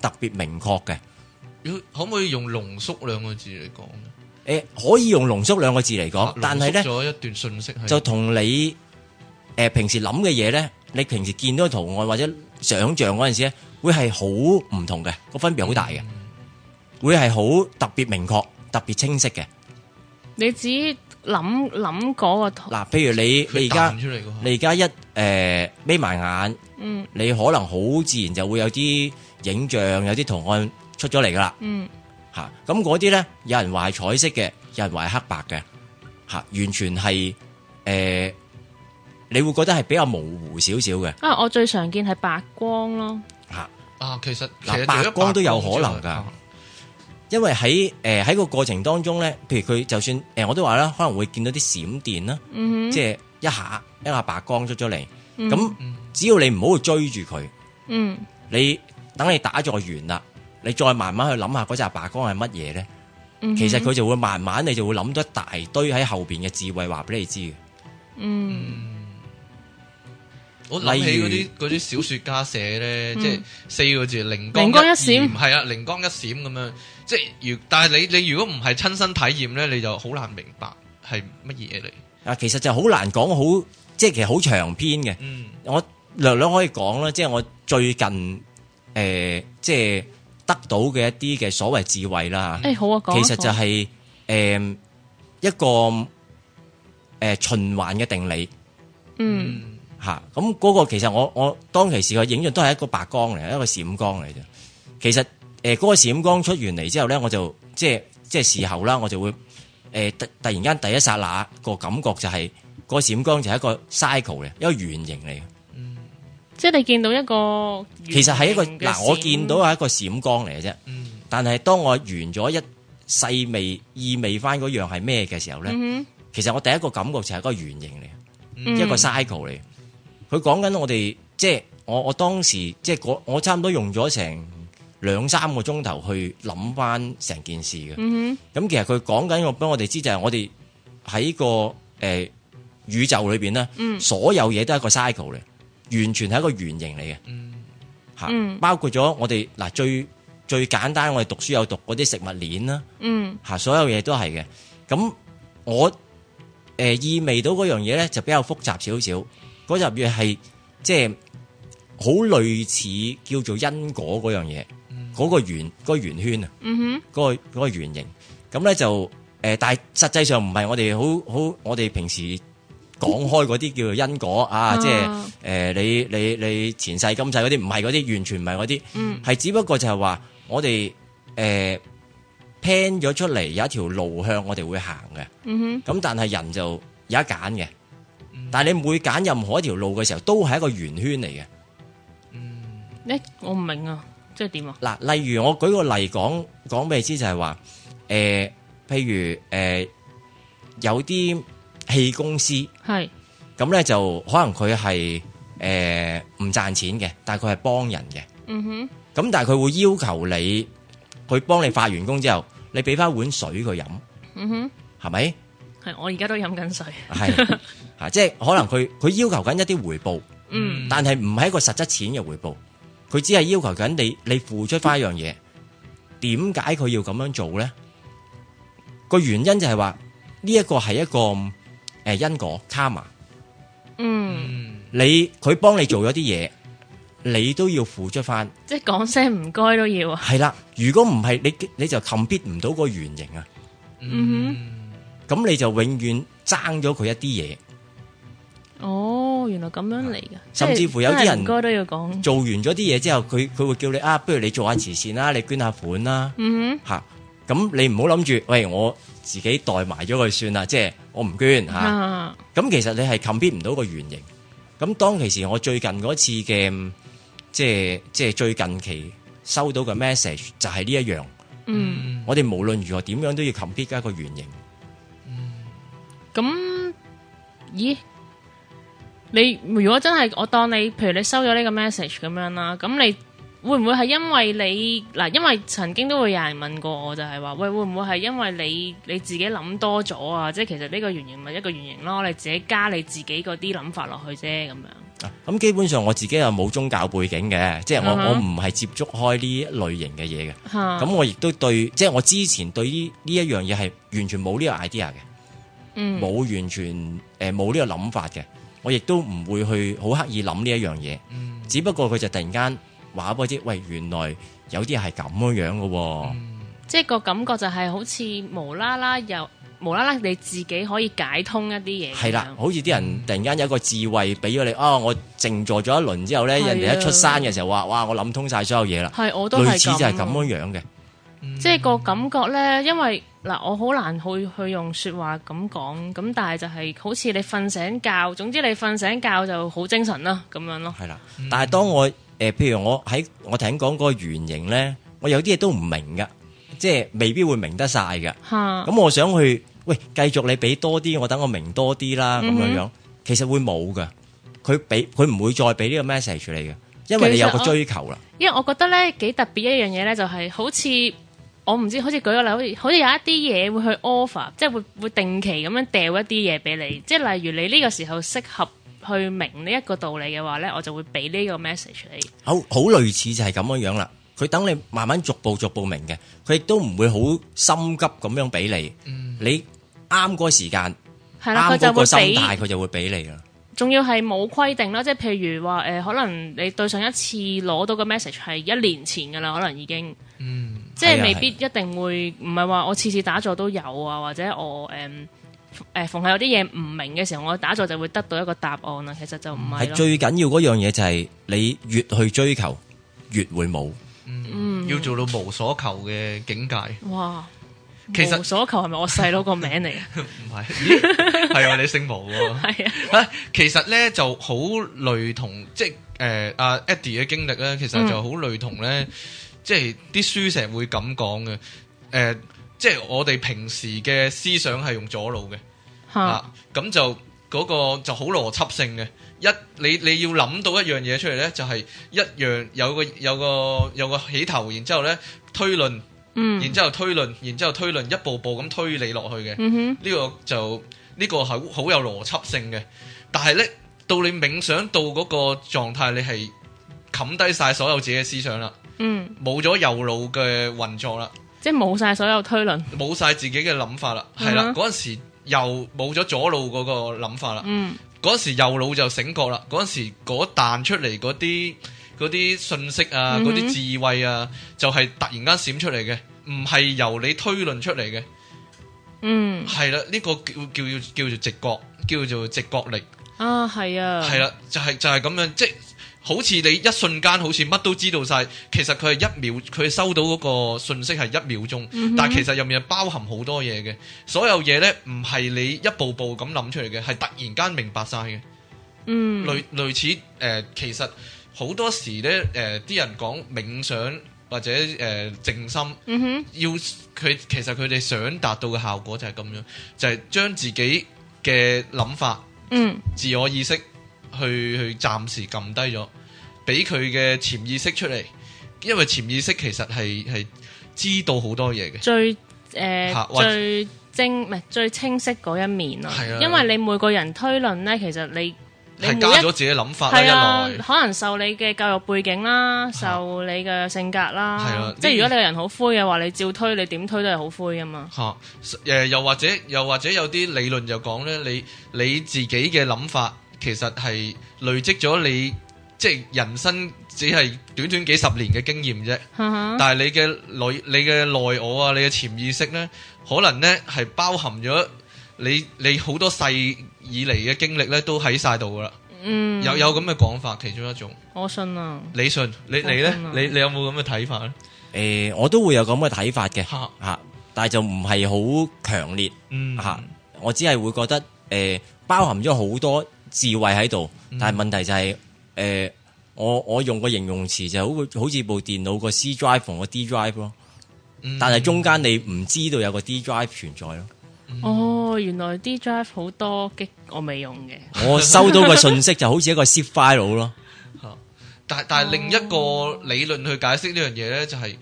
[SPEAKER 3] 特別明確嘅。
[SPEAKER 1] 要可唔可以用濃縮兩個字嚟講呢？
[SPEAKER 3] 誒可以用濃縮兩個字嚟
[SPEAKER 1] 啊
[SPEAKER 3] 講，但
[SPEAKER 1] 濃
[SPEAKER 3] 係
[SPEAKER 1] 縮
[SPEAKER 3] 咧
[SPEAKER 1] 咗一段信息係
[SPEAKER 3] 就同你誒平時諗嘅嘢咧，你平時見到嘅圖案或者想像嗰陣時咧，會係好唔同嘅，個分別好大嘅，
[SPEAKER 1] 嗯
[SPEAKER 3] 會係好特別明確、特別清晰嘅。
[SPEAKER 2] 哼，你只諗諗嗰個圖，
[SPEAKER 3] 嗱，譬如你
[SPEAKER 1] 哦佢
[SPEAKER 3] 你而家
[SPEAKER 1] 彈出嚟㗎
[SPEAKER 3] 你而家一誒眯埋眼，
[SPEAKER 2] 嗯
[SPEAKER 3] 你可能好自然就會有啲影像、有啲圖案出咗嚟噶啦。
[SPEAKER 2] 嗯
[SPEAKER 3] 嚇，咁嗰啲咧，有人話係彩色嘅，有人話係黑白嘅，嚇、完全係誒、呃你會覺得係比較模糊少少嘅
[SPEAKER 2] 啊，我最常見係白光咯，
[SPEAKER 3] 嚇，
[SPEAKER 1] 啊，其實其
[SPEAKER 3] 嗱
[SPEAKER 1] 實
[SPEAKER 3] 白光都有可能㗎
[SPEAKER 1] 㗎。
[SPEAKER 3] 因為喺誒喺個過程當中咧，譬如佢就算誒、呃我都話啦，可能會見到啲閃電啦，
[SPEAKER 2] 嗯
[SPEAKER 3] 即係一下一下白光出咗嚟，咁、只要你唔好去追住佢，
[SPEAKER 2] 哼，嗯。
[SPEAKER 3] 你等你打坐完啦，你再慢慢去諗下嗰隻白光係乜嘢咧，
[SPEAKER 2] 嗯哼
[SPEAKER 3] 其實佢就會慢慢你就會諗到一大堆喺後邊嘅智慧話俾你知嘅。
[SPEAKER 2] 嗯
[SPEAKER 1] 我諗
[SPEAKER 3] 例
[SPEAKER 1] 起
[SPEAKER 3] 如
[SPEAKER 1] 嗰啲嗰啲小說家寫咧，即係四個字靈
[SPEAKER 2] 嗯靈光一閃
[SPEAKER 1] 閃，係啊，靈光一閃咁樣。即係如，但係你你如果唔係親身體驗咧，你就好難明白係乜嘢嚟。
[SPEAKER 3] 啊，其實就好難講好，即係其實好長篇嘅。
[SPEAKER 1] 嗯
[SPEAKER 3] 我略略可以講啦，即係我最近誒、呃即係得到嘅一啲嘅所謂智慧啦。
[SPEAKER 2] 誒好啊，講
[SPEAKER 3] 其
[SPEAKER 2] 一
[SPEAKER 3] 實
[SPEAKER 2] 講
[SPEAKER 3] 就係、誒、一個誒、呃循環嘅定理
[SPEAKER 2] 嗯
[SPEAKER 1] 嗯
[SPEAKER 3] 嚇。咁、嗰個其實我我當其時個影像都係一個白光嚟，一個閃光嚟啫。其實誒嗰、個閃光出完嚟之後咧，我就即係即係事後啦，我就會誒、呃突突然間第一剎那個感覺就係、個閃光就係一個 cycle 嚟，一個圓形嚟嘅。
[SPEAKER 2] 即係你見到一個
[SPEAKER 3] 其實係一個
[SPEAKER 2] 圓形嘅
[SPEAKER 3] 嗱，我
[SPEAKER 2] 閃
[SPEAKER 3] 見到係一個閃光嚟嘅啫。
[SPEAKER 1] 嗯
[SPEAKER 3] 但係當我完咗一細味意味翻嗰樣係咩嘅時候咧，
[SPEAKER 2] 嗯
[SPEAKER 3] 其實我第一個感覺就係一個圓形嚟，
[SPEAKER 2] 哼
[SPEAKER 3] 一個 cycle 嚟。佢講緊我哋即係我我當時即係嗰我差唔多用咗成兩三個鐘頭去諗翻成件事嘅。咁、
[SPEAKER 2] 嗯
[SPEAKER 3] 其實佢講緊我俾我哋知就係我哋喺個诶、呃宇宙裏边咧，
[SPEAKER 2] 嗯
[SPEAKER 3] 所有嘢都係一個 cycle 嚟，完全係一個圓形嚟嘅。吓、
[SPEAKER 2] 嗯
[SPEAKER 3] 包括咗我哋嗱最最簡單，我哋讀書有讀嗰啲食物鏈啦。
[SPEAKER 2] 嗯
[SPEAKER 3] 吓，所有嘢都係嘅。咁我诶、呃意味到嗰樣嘢咧，就比較複雜少少。嗰入嘢係即係好類似叫做因果嗰樣嘢，嗰、個圓嗰、個圓圈啊，
[SPEAKER 2] 嗯
[SPEAKER 3] 嗰、個嗰、個圓形。咁咧就诶、呃但係實際上唔係我哋好好，我哋平時講開嗰啲叫做因果啊，即係
[SPEAKER 2] 啊
[SPEAKER 3] 诶、呃你你你前世今世嗰啲唔係嗰啲，完全唔係嗰啲。
[SPEAKER 2] 嗯
[SPEAKER 3] 係只不過就係話我哋誒 plan 咗出嚟有一條路向我哋會行嘅，
[SPEAKER 2] 哼嗯哼
[SPEAKER 3] 咁但係人就有得揀嘅。但係你每揀任何一條路嘅時候，都係一個圓圈嚟嘅。
[SPEAKER 2] 咧我唔明啊，即係點啊？
[SPEAKER 3] 嗱，例如我舉個例講講俾你知就係話，誒、譬如誒、呃有啲氣公司
[SPEAKER 2] 係
[SPEAKER 3] 咁咧，就可能佢係誒唔賺錢嘅，但係佢係幫人嘅。
[SPEAKER 2] 嗯哼
[SPEAKER 3] 咁但係佢會要求你，佢幫你化完工之後，你俾翻碗水佢飲，
[SPEAKER 2] 嗯哼，
[SPEAKER 3] 係咪？
[SPEAKER 2] 係我而家都飲緊水，
[SPEAKER 3] 係啊，即係可能佢佢要求緊一啲回報，
[SPEAKER 2] 嗯
[SPEAKER 3] 但係唔係一個實質錢嘅回報，佢只係要求緊你你付出翻一樣嘢。點解佢要咁樣做呢？個原因就係話呢一個係一個誒、呃因果卡 a
[SPEAKER 2] 嗯，
[SPEAKER 3] 你佢幫你做咗啲嘢，你都要付出翻。
[SPEAKER 2] 即係講聲唔該都要啊，
[SPEAKER 3] 係啦，如果唔係你你就 compete 唔到個原型啊！
[SPEAKER 2] 嗯
[SPEAKER 3] 咁你就永遠爭咗佢一啲
[SPEAKER 2] 哼，哦，原來咁樣嚟嘅，
[SPEAKER 3] 啊甚至乎有啲人
[SPEAKER 2] 即係真係唔該都要講
[SPEAKER 3] 嘢，，做完咗啲嘢之後，佢佢會叫你啊，不如你做下慈善啦，你捐下款啦，
[SPEAKER 2] 嗯
[SPEAKER 3] 吓、咁你唔好諗住，喂，我自己代埋咗佢算啦，即係我唔捐
[SPEAKER 2] 哼
[SPEAKER 3] 吓，咁、
[SPEAKER 2] 啊，
[SPEAKER 3] 其實你係 compete 唔到個原型。咁當其時，我最近嗰次嘅嗯即係即係最近期收到嘅 message 就係呢一樣，
[SPEAKER 2] 嗯。
[SPEAKER 3] 我哋無論如何點樣都要 compete 一個原型。
[SPEAKER 2] 咁，咦？你如果真係我當你，譬如你收咗呢個 message 咁樣啦，咁你會唔會係因為你嗱？因為曾經都會有人問過我，就係話喂，會唔會係因為你你自己諗多咗啊？即係其實呢個原型咪一個原型咯，你自己加你自己嗰啲諗法落去啫，咁樣。
[SPEAKER 3] 啊咁基本上我自己又冇宗教背景嘅，即係我、
[SPEAKER 2] 嗯哼
[SPEAKER 3] 我唔係接觸開呢一類型嘅嘢嘅。
[SPEAKER 2] 嚇
[SPEAKER 3] 咁我亦都對，即係我之前對呢呢一樣嘢係完全冇呢個 idea 嘅，
[SPEAKER 2] 嗯
[SPEAKER 3] 冇、完全誒冇呢個諗法嘅，我亦都唔會去好刻意諗呢一樣嘢。
[SPEAKER 1] 嗯
[SPEAKER 3] 只不過佢就突然間話俾我知，喂，原來有啲係咁樣樣嘅喎。
[SPEAKER 2] 嗯即係個感覺就係好似無啦啦又無啦啦你自己可以解通一啲嘢。
[SPEAKER 3] 係啦，，好似
[SPEAKER 2] 嗯
[SPEAKER 3] 啲人突然間有一個智慧俾咗你，啊，我靜坐咗一輪之後呢，
[SPEAKER 2] 係啊
[SPEAKER 3] 人哋一出山嘅時候話，哇，我諗通晒所有嘢啦，
[SPEAKER 2] 係我啊都
[SPEAKER 3] 類
[SPEAKER 2] 係
[SPEAKER 3] 似就係咁樣樣嘅。
[SPEAKER 1] 嗯
[SPEAKER 2] 即係個感覺呢，因為嗱，我好難去去用説話咁講，咁但係就係好似你瞓醒覺，總之你瞓醒覺就好精神啦，咁樣咯。
[SPEAKER 3] 系啦，但系當我诶、呃譬如我喺我頭先講嗰個原型咧，我有啲嘢都唔明噶，即係未必會明得晒噶。
[SPEAKER 2] 嚇，
[SPEAKER 3] 咁我想去，喂，繼續你俾多啲，我等我明多啲啦，咁
[SPEAKER 2] 嗯
[SPEAKER 3] 樣
[SPEAKER 2] 哼
[SPEAKER 3] 樣其實會冇噶，佢俾佢唔會再俾呢個 message 你嘅，因為你有個
[SPEAKER 2] 其實我
[SPEAKER 3] 追求啦，
[SPEAKER 2] 因為我覺得呢幾特別一樣嘢呢，就係好似我唔知，好似舉個例，好似好似有一啲嘢會去 offer，即係會會定期咁樣掉一啲嘢俾你，即係例如你呢個時候適合去明呢一個道理嘅話呢，我就會俾呢個 message 你。
[SPEAKER 3] 好好類似就係咁樣樣啦。佢等你慢慢逐步逐步明嘅，佢亦都唔會好心急咁樣俾你。你啱嗰個時間，
[SPEAKER 2] 嗯係啦，佢
[SPEAKER 3] 啱
[SPEAKER 2] 就
[SPEAKER 3] 嗰
[SPEAKER 2] 會
[SPEAKER 3] 個心
[SPEAKER 2] 俾。
[SPEAKER 3] 態，佢就會俾你啦。
[SPEAKER 2] 仲要係冇規定啦，即係譬如話誒、呃可能你對上一次攞到嘅 message 係一年前㗎啦，可能已經，
[SPEAKER 1] 嗯
[SPEAKER 2] 即
[SPEAKER 3] 係
[SPEAKER 2] 係
[SPEAKER 3] 啊
[SPEAKER 2] 未
[SPEAKER 3] 係啊
[SPEAKER 2] 必一定會，唔係話我次次打坐都有啊，或者我誒誒逢係有啲嘢唔明嘅時候，我打坐就會得到一個答案啊啦。其實就唔係
[SPEAKER 3] 係
[SPEAKER 2] 咯，
[SPEAKER 3] 最緊要嗰樣嘢就係你越去追求，越會冇。
[SPEAKER 1] 嗯
[SPEAKER 2] 嗯
[SPEAKER 1] 要做到無所求嘅境界，
[SPEAKER 2] 哇！
[SPEAKER 1] 其實
[SPEAKER 2] 無所求係咪我細佬個名嚟啊？
[SPEAKER 1] 唔係咦係啊，你姓無喎。
[SPEAKER 2] 係啊，
[SPEAKER 1] 啊，其實咧就好類同，即係誒阿 Eddie 嘅經歷咧，其實就好類同咧，即係啲書成日會咁講嘅，誒、即係我哋平時嘅思想係用左腦嘅，
[SPEAKER 2] 嚇
[SPEAKER 1] 啊，咁就嗰、個就好邏輯性嘅。一你你要諗到一樣嘢出嚟咧，就係、一樣有個有個有個起頭，然之後咧推論
[SPEAKER 2] 嗯
[SPEAKER 1] 然之後推論，然之後推論，一步步咁推理落去嘅。呢、
[SPEAKER 2] 嗯哼，
[SPEAKER 1] 個就呢、個係好好有邏輯性嘅。但係呢，到你冥想到嗰個狀態，你係冚低晒所有自己嘅思想啦，
[SPEAKER 2] 嗯，
[SPEAKER 1] 冇咗右腦嘅運作啦，
[SPEAKER 2] 即係冇晒所有推論，
[SPEAKER 1] 冇晒自己嘅諗法啦，係啦、
[SPEAKER 2] 嗯哼
[SPEAKER 1] 嗰陣時又冇咗左腦嗰個諗法啦。
[SPEAKER 2] 嗯
[SPEAKER 1] 嗰時右腦就醒覺啦，嗰時嗰彈出嚟嗰啲嗰啲信息啊，
[SPEAKER 2] 嗯哼
[SPEAKER 1] 嗰啲、智慧啊，就係、突然間閃出嚟嘅，唔係由你推論出嚟嘅，
[SPEAKER 2] 嗯，
[SPEAKER 1] 係啦，呢、個叫叫叫做直覺，叫做直覺力，
[SPEAKER 2] 啊係啊，
[SPEAKER 1] 係啦，就係、就係、咁樣，即係好似你一瞬間好似乜都知道晒，其實佢係一秒，佢收到嗰個信息係一秒鐘，
[SPEAKER 2] 嗯哼
[SPEAKER 1] 但係其實入面係包含好多嘢嘅，所有嘢呢，唔係你一步步咁諗出嚟嘅，係突然間明白晒嘅。
[SPEAKER 2] 嗯，
[SPEAKER 1] 類類似誒、呃其實好多時咧誒，啲、人講冥想或者誒、呃、靜心，
[SPEAKER 2] 嗯哼，
[SPEAKER 1] 要佢其實佢哋想達到嘅效果就係咁樣，就係、將自己嘅諗法、
[SPEAKER 2] 嗯
[SPEAKER 1] 自我意識去去暫時撳低咗，俾佢嘅潛意識出嚟，因為潛意識其實係係知道好多嘢嘅，
[SPEAKER 2] 最誒
[SPEAKER 1] 嚇或者
[SPEAKER 2] 最精唔係最清晰嗰一面咯
[SPEAKER 1] 係啊，
[SPEAKER 2] 因為你每個人推論咧，其實你你每
[SPEAKER 1] 係
[SPEAKER 2] 一
[SPEAKER 1] 加咗自己諗法啦，一
[SPEAKER 2] 係啊
[SPEAKER 1] 來，
[SPEAKER 2] 可能受你嘅教育背景啦，受你嘅性格
[SPEAKER 1] 係啊
[SPEAKER 2] 啦，即係如果你個人好灰嘅話，你照推你點推都係好灰噶嘛。
[SPEAKER 1] 吓，誒、又或者又或者有啲理論就講咧，你你自己嘅諗法其實係累積咗你即係人生只係短短幾十年嘅經驗啫，
[SPEAKER 2] 哈哈
[SPEAKER 1] 但係你嘅內你嘅內我啊，你嘅潛意識咧，可能咧係包含咗你你好多世以嚟嘅經歷咧，都喺晒度噶啦，
[SPEAKER 2] 嗯，
[SPEAKER 1] 有有咁嘅講法，其中一種。
[SPEAKER 2] 我信啊，
[SPEAKER 1] 你信你你
[SPEAKER 2] 我
[SPEAKER 1] 咧
[SPEAKER 2] 信啊，
[SPEAKER 1] 你你有冇咁嘅睇法咧？
[SPEAKER 3] 诶、我都會有咁嘅睇法嘅，
[SPEAKER 1] 嗯嚇
[SPEAKER 3] 吓、但系就唔係好強烈
[SPEAKER 1] 嗯
[SPEAKER 3] 吓、嚇我只係會覺得诶、包含咗好多智慧喺度，
[SPEAKER 1] 嗯
[SPEAKER 3] 但系問題就係诶，我我用個形容詞就好好似部電腦個 C drive 同個 D drive 咯，
[SPEAKER 1] 嗯
[SPEAKER 3] 但係中間你唔知道有個 D drive 存在咯。
[SPEAKER 1] 嗯
[SPEAKER 2] 哦，原來啲 drive 好多激我未用 嘅，
[SPEAKER 3] 我收到個信息就好似一個 zip file 咯，
[SPEAKER 1] 但
[SPEAKER 2] 哦
[SPEAKER 1] 但係另一個理論去解釋呢樣嘢咧，就係、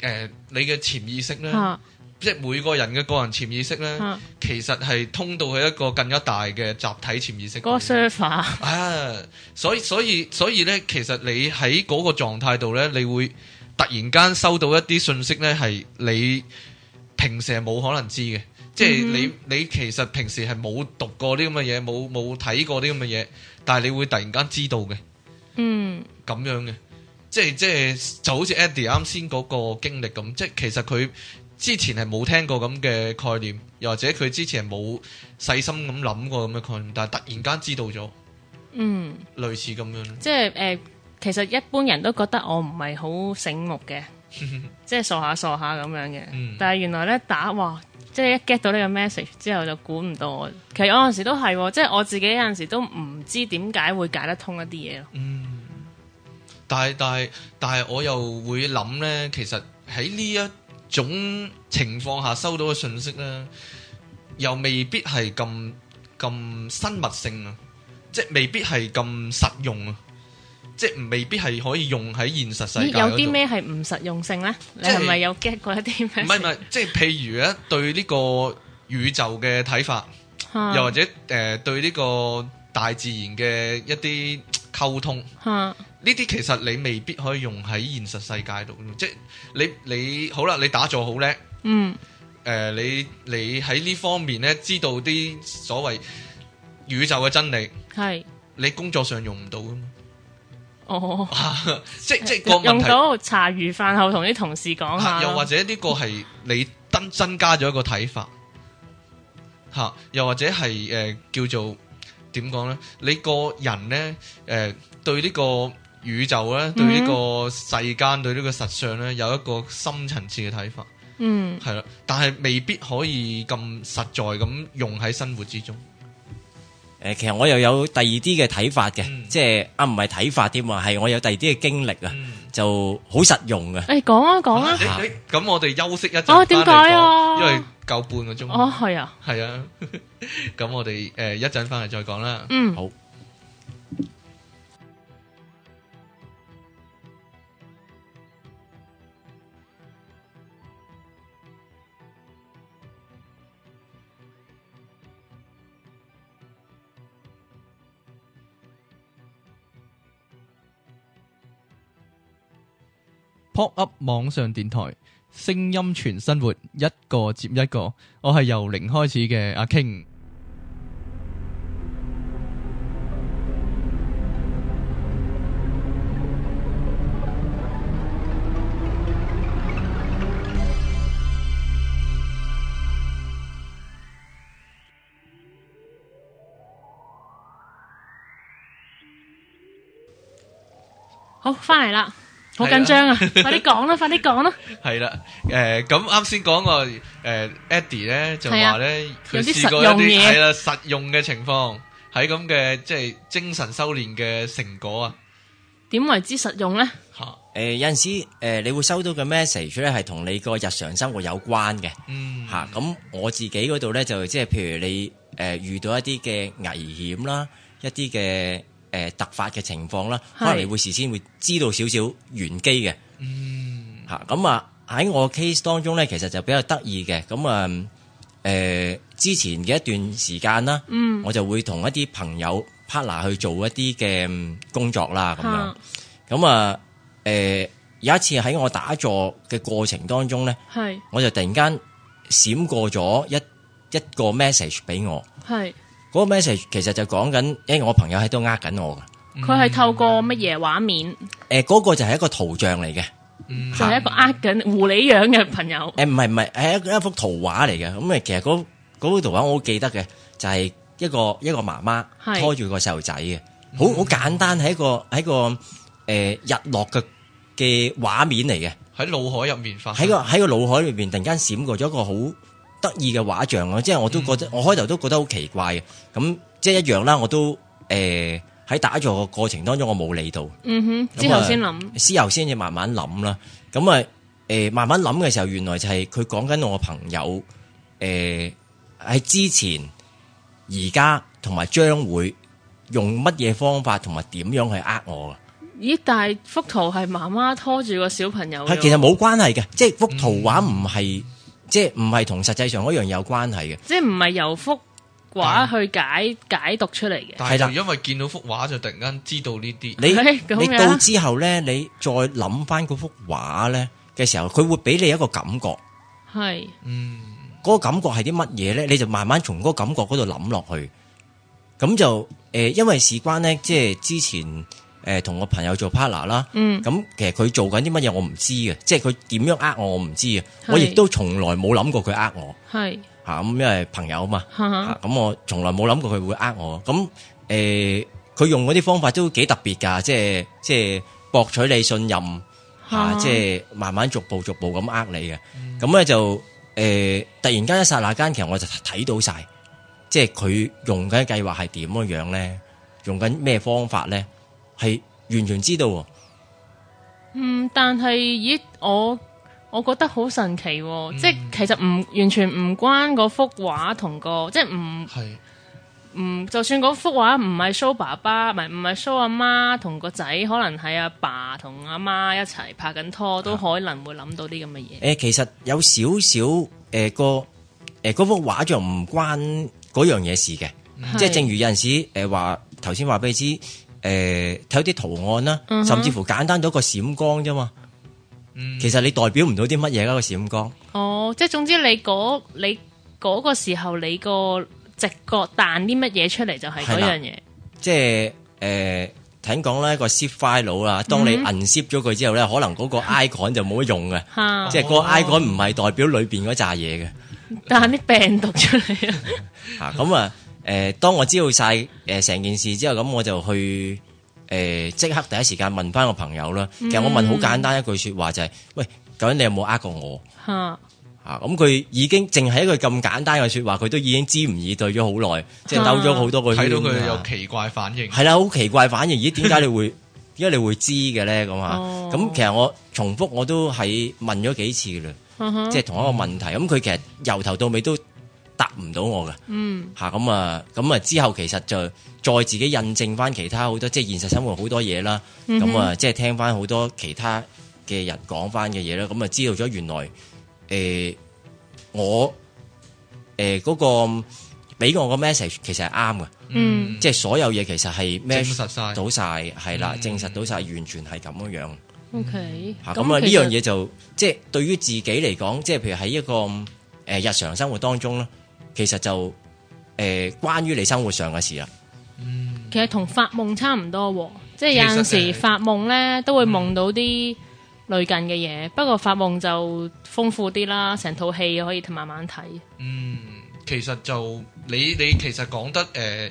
[SPEAKER 1] 呃你嘅潛意識咧，
[SPEAKER 2] 嚇
[SPEAKER 1] 即係每個人嘅個人潛意識咧，
[SPEAKER 2] 嚇
[SPEAKER 1] 其實係通到去一個更加大嘅集體潛意識
[SPEAKER 2] 嗰
[SPEAKER 1] 度
[SPEAKER 2] 個
[SPEAKER 1] 嘅。
[SPEAKER 2] server
[SPEAKER 1] 啊，所以所以所以咧，其實你喺嗰個狀態度咧，你會突然間收到一啲信息咧，係你平時係冇可能知嘅，即係
[SPEAKER 2] 嗯哼
[SPEAKER 1] 你、你其實平時係冇讀過啲咁嘅嘢，冇冇睇過啲咁嘅嘢，但係你會突然間知道嘅。
[SPEAKER 2] 嗯
[SPEAKER 1] 咁樣嘅，即係即係就好似 Eddie 啱先嗰個經歷咁，即係其實佢之前係冇聽過咁嘅概念，又或者佢之前係冇細心咁諗過咁嘅概念，但係突然間知道咗，
[SPEAKER 2] 嗯，
[SPEAKER 1] 類似咁樣。
[SPEAKER 2] 即係誒，其實一般人都覺得我唔係好醒目 嘅，即係傻下傻下咁樣嘅，
[SPEAKER 1] 嗯
[SPEAKER 2] 但係原來咧打哇！即係一 get 到呢個 message 之後就估唔到我，其實我有陣時都係喎，即係我自己有陣時都唔知點解會解得通一啲嘢咯。
[SPEAKER 1] 嗯，但係但係但係我又會諗呢，其實喺呢一種情況下收到嘅信息呢，又未必係咁咁生物性啊，即係未必係咁實用啊，即係未必係可以用喺現實世
[SPEAKER 2] 咦，
[SPEAKER 1] 界嗰
[SPEAKER 2] 有
[SPEAKER 1] 度。
[SPEAKER 2] 啲咩係唔實用性咧？你
[SPEAKER 1] 即係
[SPEAKER 2] 係咪有 get 過一啲咩？
[SPEAKER 1] 唔係唔係，即係譬如咧啊對呢個宇宙嘅睇法。
[SPEAKER 2] 嚇，
[SPEAKER 1] 又或者誒、呃、對呢個大自然嘅一啲溝通，呢
[SPEAKER 2] 嚇
[SPEAKER 1] 啲其實你未必可以用喺現實世界度，即係你你好啦，你打坐好叻，誒、
[SPEAKER 2] 嗯
[SPEAKER 1] 你你喺呢方面咧知道啲所謂宇宙嘅真理，
[SPEAKER 2] 係
[SPEAKER 1] 你工作上用唔到噶嘛，
[SPEAKER 2] 哦。
[SPEAKER 1] 即即係個問
[SPEAKER 2] 用
[SPEAKER 1] 題，
[SPEAKER 2] 到茶餘飯後同啲同事講下
[SPEAKER 1] 啊
[SPEAKER 2] 咯，
[SPEAKER 1] 又或者呢個係你增增加咗一個睇法，嚇、又或者係誒、呃叫做點講呢？你個人呢，誒、對呢個宇宙
[SPEAKER 2] 嗯
[SPEAKER 1] 咧，對呢個世間，對呢個實相呢，有一個深層次嘅睇法，
[SPEAKER 2] 嗯
[SPEAKER 1] 係啦，但係未必可以咁實在咁用喺生活之中。
[SPEAKER 3] 诶、其實我又有第二啲嘅睇法嘅，
[SPEAKER 1] 嗯
[SPEAKER 3] 即係啊唔係睇法添啊，係我有第二啲嘅經歷啊，
[SPEAKER 1] 嗯
[SPEAKER 3] 就好實用嘅。
[SPEAKER 2] 誒講啊講啊，
[SPEAKER 1] 你你咁我哋休息一陣，
[SPEAKER 2] 哦點解啊
[SPEAKER 1] 翻嚟講因為夠半個鐘，
[SPEAKER 2] 哦係啊，
[SPEAKER 1] 係啊， 咁我哋誒一陣翻嚟再講啦。
[SPEAKER 2] 嗯
[SPEAKER 3] 好
[SPEAKER 1] pop up 网上电台，声音全生活，一个接一个。我系由零开始嘅阿 King。
[SPEAKER 2] 好，翻嚟啦，好緊張啊！快啲講啦，快啲講啦，
[SPEAKER 1] 系啦，诶，咁啱先講個诶 Eddie 咧就
[SPEAKER 2] 係啊
[SPEAKER 1] 話咧，佢
[SPEAKER 2] 有啲
[SPEAKER 1] 試過一啲
[SPEAKER 2] 實用嘢
[SPEAKER 1] 係啦實用嘅情況，喺咁嘅即係精神修炼嘅成果啊，
[SPEAKER 2] 點為之實用咧？
[SPEAKER 1] 吓，
[SPEAKER 3] 诶、有阵时诶、誒你會收到嘅 message 咧係同你個日常生活有關嘅
[SPEAKER 1] 嗯，
[SPEAKER 3] 吓。嚇咁、我自己嗰度咧就即係譬如你诶、誒遇到一啲嘅危險啦，一啲嘅诶突發嘅情況啦，
[SPEAKER 2] 係
[SPEAKER 3] 可能你會事先會知道少少玄機嘅
[SPEAKER 1] 嗯，
[SPEAKER 3] 吓。嚇咁啊喺我 case 當中咧，其實就比較得意嘅。咁啊诶之前嘅一段時間啦，嗯，我就會同一啲朋友 partner 去做一啲嘅嗯工作啦，咁樣。
[SPEAKER 2] 嚇
[SPEAKER 3] 咁啊，诶、有一次喺我打坐嘅過程當中咧，
[SPEAKER 2] 係
[SPEAKER 3] 我就突然間閃過咗一一個 message 俾我。
[SPEAKER 2] 係，
[SPEAKER 3] 嗰、個 message 其實就講緊，因為我朋友喺度呃緊我嘅。
[SPEAKER 2] 佢係透過乜嘢畫面？
[SPEAKER 3] 诶、嗰、個就係一個圖像嚟嘅。
[SPEAKER 2] 就係一個呃緊狐狸樣嘅朋友。
[SPEAKER 3] 诶、唔係唔係，係一一幅圖畫嚟嘅。咁诶，其實嗰嗰幅圖畫我好記得嘅，就係一個一個媽媽
[SPEAKER 2] 係
[SPEAKER 3] 拖住個細路仔嘅，好好簡單，係一個喺個诶、日落嘅嘅畫面嚟嘅。
[SPEAKER 1] 喺腦海入面
[SPEAKER 2] 啊
[SPEAKER 1] 發生
[SPEAKER 3] 喺個喺個腦海裏邊突然間閃過咗一個好得意嘅畫像啊咯，即係我
[SPEAKER 2] 嗯
[SPEAKER 3] 都覺得，我開頭都覺得好奇怪嘅。咁即係一樣啦，我都誒喺、打坐嘅過程當中，我冇理到，
[SPEAKER 2] 嗯
[SPEAKER 3] 啊
[SPEAKER 2] 哼，之後先諗，
[SPEAKER 3] 之後先至慢慢諗啦。咁啊誒慢慢諗嘅時候，原來就係佢講緊我朋友誒喺、之前、而家同埋將會用乜嘢方法同埋點樣去呃我嘅。
[SPEAKER 2] 咦？但係幅圖係媽媽拖住個小朋友嘅喎。嗯
[SPEAKER 3] 係啊其實冇關係嘅，即係幅圖畫唔係、即係唔係同實際上嗰樣有關係嘅。
[SPEAKER 2] 即係唔係由幅
[SPEAKER 3] 啊
[SPEAKER 2] 畫去解解讀出嚟嘅。
[SPEAKER 1] 但係
[SPEAKER 3] 係啦
[SPEAKER 1] 就因為見到幅畫就突然間知道呢啲，
[SPEAKER 3] 你
[SPEAKER 2] 係咁
[SPEAKER 3] 你
[SPEAKER 2] 樣啊
[SPEAKER 3] 到之後咧，你再諗翻嗰幅畫咧嘅時候，佢會俾你一個感覺，
[SPEAKER 2] 係
[SPEAKER 1] 嗯，
[SPEAKER 3] 嗰、個感覺係啲乜嘢咧？你就慢慢從嗰個感覺嗰度諗落去，咁就誒、呃因為事關咧，即係之前誒同、我朋友做 partner 啦，
[SPEAKER 2] 嗯
[SPEAKER 3] 咁其實佢做緊啲乜嘢我唔知嘅，即係佢點樣呃我我唔知嘅，
[SPEAKER 2] 係
[SPEAKER 3] 我亦都從來冇諗過佢呃我
[SPEAKER 2] 係，
[SPEAKER 3] 嚇，咁因為朋友嘛。
[SPEAKER 2] 哈哈
[SPEAKER 3] 啊咁我從來冇諗過佢會呃我。咁誒，佢、用嗰啲方法都幾特別㗎，即係即係博取你信任嚇、
[SPEAKER 2] 啊
[SPEAKER 3] 即係慢慢逐步逐步咁呃你嘅。咁咧、就誒、突然間一剎那間，其實我就睇到晒，即係佢用緊嘅計劃係點樣樣咧，用緊咩方法咧，係完全知道喎。
[SPEAKER 2] 嗯，但係咦，我我覺得好神奇喎、
[SPEAKER 3] 嗯
[SPEAKER 2] 即係其實唔完全唔關嗰幅畫同個，即係唔
[SPEAKER 1] 係
[SPEAKER 2] 唔，就算嗰幅畫唔係 show 爸爸，唔係唔係 show 阿媽同個仔，可能係阿爸同阿媽一齊拍緊拖，
[SPEAKER 3] 啊
[SPEAKER 2] 都可能會諗到啲咁嘅嘢。
[SPEAKER 3] 誒、其實有少少誒個誒嗰幅畫像唔關嗰樣嘢事嘅，嗯即係
[SPEAKER 2] 係
[SPEAKER 3] 正如有陣時誒話頭先話俾你知誒睇啲圖案啦，
[SPEAKER 2] 嗯哼
[SPEAKER 3] 甚至乎簡單到一個閃光啫嘛。
[SPEAKER 1] 嗯
[SPEAKER 3] 其實你代表唔到啲乜嘢啦，個閃光
[SPEAKER 2] 哦，即係總之你嗰你嗰個時候你個直覺彈啲乜嘢出嚟就係嗰
[SPEAKER 3] 係啦
[SPEAKER 2] 樣嘢，
[SPEAKER 3] 即係誒頭先講咧個 zip file 啦，當
[SPEAKER 2] 嗯
[SPEAKER 3] 你 unzip 咗佢之後咧，可 能嗰個 icon 就冇乜用嘅，
[SPEAKER 2] 嚇！
[SPEAKER 3] 即係嗰個 icon 唔係代表裏邊嗰扎嘢嘅。
[SPEAKER 2] 彈啲病毒出嚟啊！
[SPEAKER 3] 啊，咁啊，誒、當我知道晒誒成件事之後，咁我就去誒即、刻第一時間問翻個朋友啦。其實我問好
[SPEAKER 2] 嗯
[SPEAKER 3] 簡單一句説話就係、喂，究竟你有冇呃過我？
[SPEAKER 2] 嚇！
[SPEAKER 3] 啊，咁佢已經淨係一句咁簡單嘅説話，佢都已經知唔以對咗好耐，即
[SPEAKER 2] 啊
[SPEAKER 3] 係兜咗好多個圈
[SPEAKER 1] 睇到佢
[SPEAKER 3] 啊
[SPEAKER 1] 有奇怪反應，
[SPEAKER 3] 係啦，好奇怪反應，咦？點解你會點解你會知嘅咧？咁啊，
[SPEAKER 2] 哦
[SPEAKER 3] 咁、其實我重複我都係問咗幾次啦。
[SPEAKER 2] 嗯哼
[SPEAKER 3] 即係同一個問題。咁佢其實由頭到尾都答唔到我嘅。嗯，嚇咁啊，咁啊之後其實就再自己印證翻其他好多，即係現實生活好多嘢啦。
[SPEAKER 1] 嗯
[SPEAKER 3] 咁啊、即係聽翻好多其他嘅人講翻嘅嘢啦。咁啊，知道咗原來誒、我誒嗰、個俾我個 message 其實係啱嘅，
[SPEAKER 2] 嗯
[SPEAKER 3] 即係所有嘢其實係
[SPEAKER 1] 證
[SPEAKER 3] match
[SPEAKER 1] 實晒，嗯
[SPEAKER 3] 到晒，係啦，證實到晒，完全係咁樣樣。
[SPEAKER 2] O K，
[SPEAKER 3] 嚇咁啊呢樣嘢就即係對於自己嚟講，即係譬如喺一個誒、呃日常生活當中咧，其實就誒、呃、關於你生活上嘅事啦。
[SPEAKER 2] 其實同發夢差唔多喎，即係有陣
[SPEAKER 1] 其實
[SPEAKER 2] 時
[SPEAKER 1] 就係
[SPEAKER 2] 發夢咧都會夢到啲類近嘅嘢，不過發夢就豐富啲啦，成套戲可以慢慢睇。
[SPEAKER 1] 嗯，其實就你你其實講得誒、呃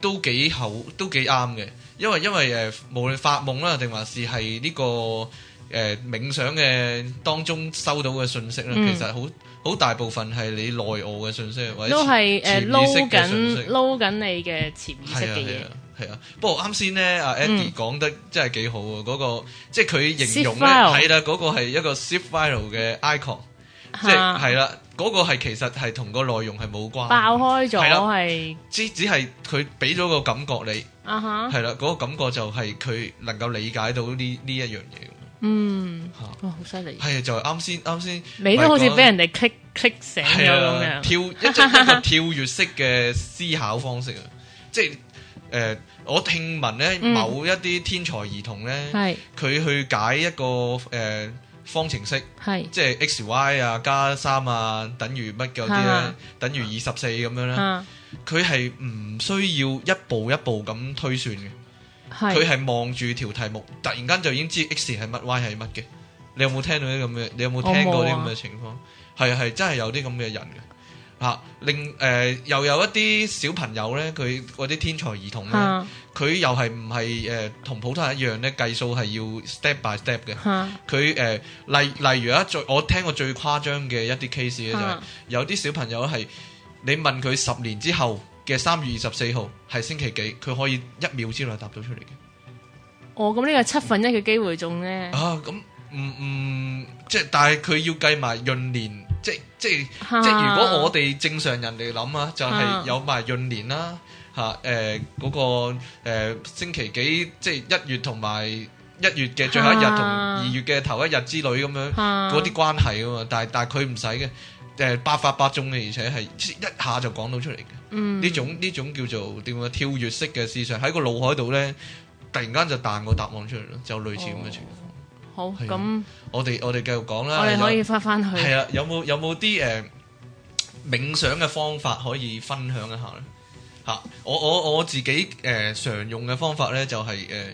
[SPEAKER 1] 都幾厚，都幾啱嘅，因為因為誒、呃、無論發夢啦，定還是係呢、個誒、呃冥想嘅當中收到嘅信息啦，
[SPEAKER 2] 嗯
[SPEAKER 1] 其實好好大部分係你內我嘅信息，或者
[SPEAKER 2] 都係
[SPEAKER 1] 潛潛意識
[SPEAKER 2] 誒撈
[SPEAKER 1] 嘅信息
[SPEAKER 2] 緊撈緊你嘅潛意識
[SPEAKER 1] 係啊
[SPEAKER 2] 嘅
[SPEAKER 1] 係
[SPEAKER 2] 嘢嗯
[SPEAKER 1] 啊。係啊，不過啱先咧，阿 Eddie 講得真係幾好啊！嗰、個即係佢形容咧，
[SPEAKER 2] Zip file
[SPEAKER 1] 係啦，嗰個係一個 zip file 嘅 icon，即係啊
[SPEAKER 2] 嚇
[SPEAKER 1] 係啦，嗰個係其實係同個內容係冇關，
[SPEAKER 2] 爆開咗
[SPEAKER 1] 係啦
[SPEAKER 2] 係
[SPEAKER 1] 只只係佢俾咗個感覺你，
[SPEAKER 2] 啊哈，
[SPEAKER 1] 係啦，嗰個感覺就係佢能夠理解到呢呢一樣嘢
[SPEAKER 2] 嗯，
[SPEAKER 1] 嚇。
[SPEAKER 2] 哇，好犀利！
[SPEAKER 1] 係啊，就係啱先，啱先
[SPEAKER 2] 你都好似
[SPEAKER 1] 咪講
[SPEAKER 2] 俾人哋 click click 醒咗
[SPEAKER 1] 係
[SPEAKER 2] 咁
[SPEAKER 1] 啊，
[SPEAKER 2] 樣。
[SPEAKER 1] 跳一隻一個跳躍式嘅思考方式啊，即係誒、呃我聽聞咧，
[SPEAKER 2] 嗯
[SPEAKER 1] 某一啲天才兒童咧，
[SPEAKER 2] 係
[SPEAKER 1] 佢去解一個誒、呃方程式，
[SPEAKER 2] 係
[SPEAKER 1] 即係 x y 啊加三啊等於乜嗰啲咧
[SPEAKER 2] 啊，
[SPEAKER 1] 等於二十四咁樣咧，
[SPEAKER 2] 啊，
[SPEAKER 1] 佢係唔需要一步一步咁推算嘅，佢
[SPEAKER 2] 係
[SPEAKER 1] 係望住條題目，突然間就已經知 x 係乜，y 係乜嘅。你有冇聽到啲咁嘅？你有冇聽過啲
[SPEAKER 2] 我冇啊
[SPEAKER 1] 咁嘅情況？係係真係有啲咁嘅人嘅嚇、啊另誒、呃又有一啲小朋友咧，佢嗰啲天才兒童咧，佢、又
[SPEAKER 2] 嚇
[SPEAKER 1] 係唔係誒同普通人一樣咧？計數係要 step by step 嘅。
[SPEAKER 2] 嚇
[SPEAKER 1] 佢誒、呃例例如一最我聽過最誇張嘅一啲 case 咧，就係、
[SPEAKER 2] 嚇
[SPEAKER 1] 有啲小朋友係你問佢十年之後嘅三月二十四號係星期幾，佢可以一秒之內答到出嚟嘅。
[SPEAKER 2] 我哦咁呢個七分一嘅機會中咧，
[SPEAKER 1] 啊，咁唔唔，即係但係佢要計埋閏年，即即即
[SPEAKER 2] 啊
[SPEAKER 1] 如果我哋正常人嚟諗啊，就係
[SPEAKER 2] 啊
[SPEAKER 1] 有埋閏年啦，嚇誒嗰個誒星期幾，即係一月同埋一月嘅最後一日同
[SPEAKER 2] 啊
[SPEAKER 1] 二月嘅頭一日之類咁樣
[SPEAKER 2] 啊
[SPEAKER 1] 嗰啲關係啊嘛，但係但係佢唔使嘅。誒百發百中嘅，而且係一下就講到出嚟嘅。
[SPEAKER 2] 嗯
[SPEAKER 1] 呢、種呢種叫做點啊跳躍式嘅思想喺個腦海度咧，突然間就彈個答案出嚟咯，就類似咁嘅情況。
[SPEAKER 2] 好
[SPEAKER 1] 係啊
[SPEAKER 2] 咁，
[SPEAKER 1] 我哋我哋繼續講啦。
[SPEAKER 2] 我哋可以
[SPEAKER 1] 有
[SPEAKER 2] 翻翻去。
[SPEAKER 1] 啊係啊，有冇有冇啲誒冥想嘅方法可以分享一下咧？嚇、我我我自己誒、呃常用嘅方法咧就係、呃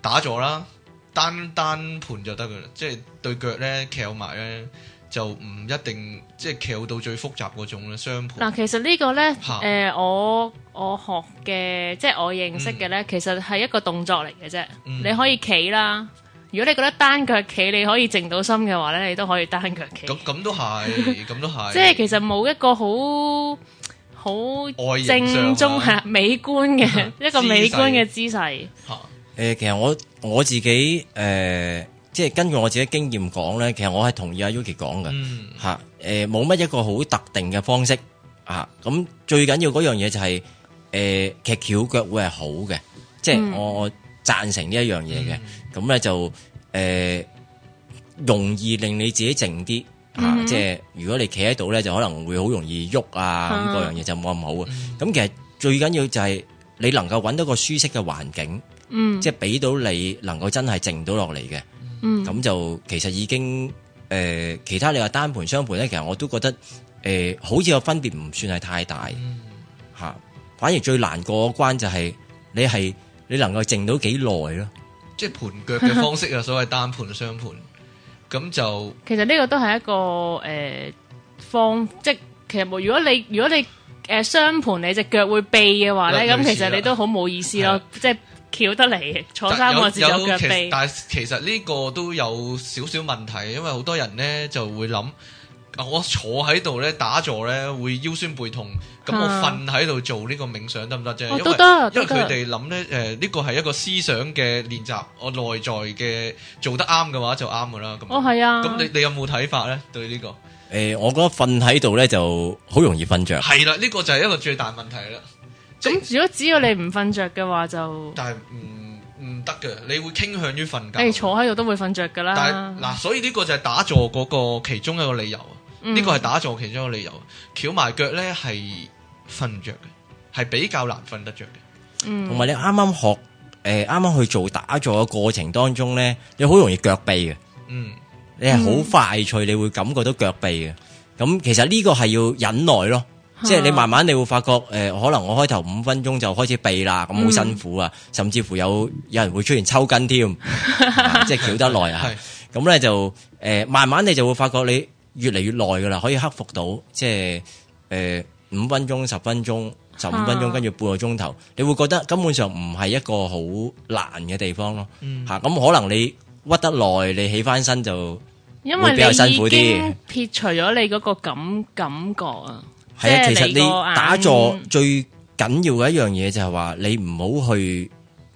[SPEAKER 1] 打坐啦，單單盤就得噶啦，即係對腳咧翹埋咧就唔一定即係翹到最複雜嗰種咧雙盤。
[SPEAKER 2] 嗱，其實呢個呢，
[SPEAKER 1] 嚇
[SPEAKER 2] 誒、我我學嘅，即係我認識嘅呢，其實係一個動作嚟嘅啫。
[SPEAKER 1] 嗯
[SPEAKER 2] 你可以企啦，如果你覺得單腳企你可以靜到心嘅話呢，你都可以單腳企。
[SPEAKER 1] 咁咁都係， 咁都係。
[SPEAKER 2] 即係其實冇一個好好
[SPEAKER 1] 外形上啊
[SPEAKER 2] 正宗係啦美觀嘅一個美觀嘅姿勢。
[SPEAKER 1] 嚇、
[SPEAKER 3] 誒、呃其實我我自己誒、呃即係根據我自己經驗講咧，其實我係同意阿 Yuki 講嘅
[SPEAKER 1] 嗯
[SPEAKER 3] 嚇。誒冇乜一個好特定嘅方式啊。咁最緊要嗰樣嘢就係、誒、其實翹腳會係好嘅，即係我我贊成呢一樣嘢嘅。咁咧、就誒、容易令你自己靜啲。啊，即係如果你企喺度咧，就可能會好容易喐啊，咁嗰樣嘢就冇咁好啊。咁其實最緊要就係你能夠揾到個舒適嘅環境，
[SPEAKER 2] 嗯
[SPEAKER 3] 即係俾到你能夠真係靜到落嚟嘅，
[SPEAKER 2] 嗯
[SPEAKER 3] 咁就其實已經誒、呃其他你話單盤雙盤咧，其實我都覺得誒、呃好似個分別唔算係太大嚇、反而最難過嗰關就係你係你能夠靜到幾耐咯，
[SPEAKER 1] 即係盤腳嘅方式啊，所謂單盤雙盤，咁就
[SPEAKER 2] 其實呢個都係一個誒、呃方，即係其實冇。如果你如果你誒、呃雙盤你只腳會避嘅話咧，
[SPEAKER 1] 類
[SPEAKER 2] 咁
[SPEAKER 1] 類
[SPEAKER 2] 其
[SPEAKER 1] 似啦
[SPEAKER 2] 實你都好冇意思
[SPEAKER 1] 係啊
[SPEAKER 2] 咯。即係翹得嚟坐
[SPEAKER 1] 但
[SPEAKER 2] 三
[SPEAKER 1] 有
[SPEAKER 2] 個字就
[SPEAKER 1] 有
[SPEAKER 2] 腳
[SPEAKER 1] 其實
[SPEAKER 2] 避，
[SPEAKER 1] 但係其實呢個都有少少問題，因為好多人呢就會諗，啊我坐喺度呢打坐呢會腰酸背痛，咁我
[SPEAKER 2] 啊
[SPEAKER 1] 瞓喺度做呢個冥想得唔得啫？
[SPEAKER 2] 哦
[SPEAKER 1] 因
[SPEAKER 2] 都
[SPEAKER 1] 為
[SPEAKER 2] 得
[SPEAKER 1] 因為
[SPEAKER 2] 都
[SPEAKER 1] 佢
[SPEAKER 2] 得
[SPEAKER 1] 哋諗呢，誒呢個係一個思想嘅練習，我內在嘅做得啱嘅話就啱噶啦。咁
[SPEAKER 2] 哦係啊
[SPEAKER 1] 咁你你有冇睇法呢？對呢個
[SPEAKER 3] 誒、呃我覺得瞓喺度咧就好容易瞓着。
[SPEAKER 1] 係啦，呢個就係一個最大問題啦。
[SPEAKER 2] 咁如果只要你唔瞓着嘅話，就
[SPEAKER 1] 但係唔唔得嘅，你會傾向於瞓覺。
[SPEAKER 2] 你坐喺度都會瞓着噶
[SPEAKER 1] 但
[SPEAKER 2] 啦
[SPEAKER 1] 係。嗱，所以呢個就係打坐嗰個其中一個理由啊。
[SPEAKER 2] 嗯
[SPEAKER 1] 呢個係打坐其中一個理由啊。翹埋腳咧係瞓唔着嘅，係比較難瞓得着嘅。
[SPEAKER 3] 同埋你啱啱學誒、诶啱啱去做打坐嘅過程當中咧，你好容易腳痹嘅，
[SPEAKER 1] 嗯，
[SPEAKER 3] 你係好快脆，你會感覺到腳痹嘅。咁其實呢個係要忍耐咯，即係你慢慢你會發覺诶、可能我開頭五分鐘就開始痹啦，咁
[SPEAKER 1] 嗯
[SPEAKER 3] 好辛苦啊，甚至乎有有人會出現抽 筋添，啊即係翹得耐啊
[SPEAKER 1] 係。
[SPEAKER 3] 咁咧就诶、呃慢慢你就會發覺你越嚟越耐噶啦，可以克服到，即係诶五分鐘、十分鐘、十五分鐘，
[SPEAKER 2] 啊
[SPEAKER 3] 跟住半個鐘頭，你會覺得根本上唔係一個好難嘅地方咯。
[SPEAKER 1] 嗯
[SPEAKER 3] 吓咁、可能你屈得耐，你起翻身就
[SPEAKER 2] 因
[SPEAKER 3] 會
[SPEAKER 2] 為
[SPEAKER 3] 比較辛
[SPEAKER 2] 你
[SPEAKER 3] 苦
[SPEAKER 2] 已
[SPEAKER 3] 啲
[SPEAKER 2] 經撇除咗你嗰個感感覺啊，
[SPEAKER 3] 係啊。
[SPEAKER 2] 即係
[SPEAKER 3] 其實
[SPEAKER 2] 你
[SPEAKER 3] 你
[SPEAKER 2] 個眼
[SPEAKER 3] 打坐最緊要嘅一樣嘢就係話，你唔好去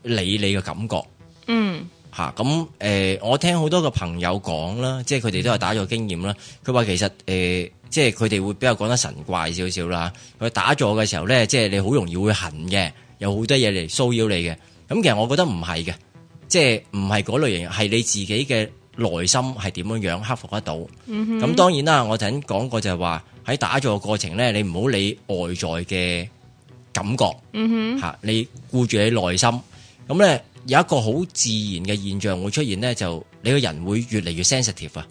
[SPEAKER 3] 理你嘅感覺。
[SPEAKER 2] 嗯
[SPEAKER 3] 吓咁誒，我聽好多個朋友講啦，即係佢哋都有打坐經驗啦。佢話其實誒、呃即係佢哋會比較講得神怪少少啦。佢打坐嘅時候咧，即係你好容易會痕嘅，有好多嘢嚟騷擾你嘅。咁其實我覺得唔係嘅，即係唔係嗰類型，係你自己嘅內心係點樣樣克服得到。咁、當然啦，我頭先講過就係話喺打坐嘅過程咧，你唔好理外在嘅感覺。
[SPEAKER 2] 嗯
[SPEAKER 3] 吓，你顧住你內心，咁咧有一個好自然嘅現象會出現咧，就你個人會越嚟越 sensitive 啊，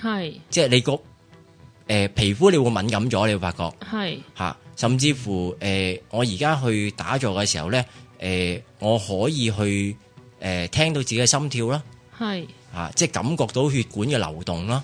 [SPEAKER 2] 哼，係
[SPEAKER 3] 即係你個诶、呃皮膚你會敏感咗，你會發覺
[SPEAKER 2] 係
[SPEAKER 3] 吓、甚至乎诶、呃我而家去打坐嘅時候咧，诶、我可以去诶、呃、听到自己嘅心跳啦，
[SPEAKER 2] 係，
[SPEAKER 3] 吓、啊即係感覺到血管嘅流動啦，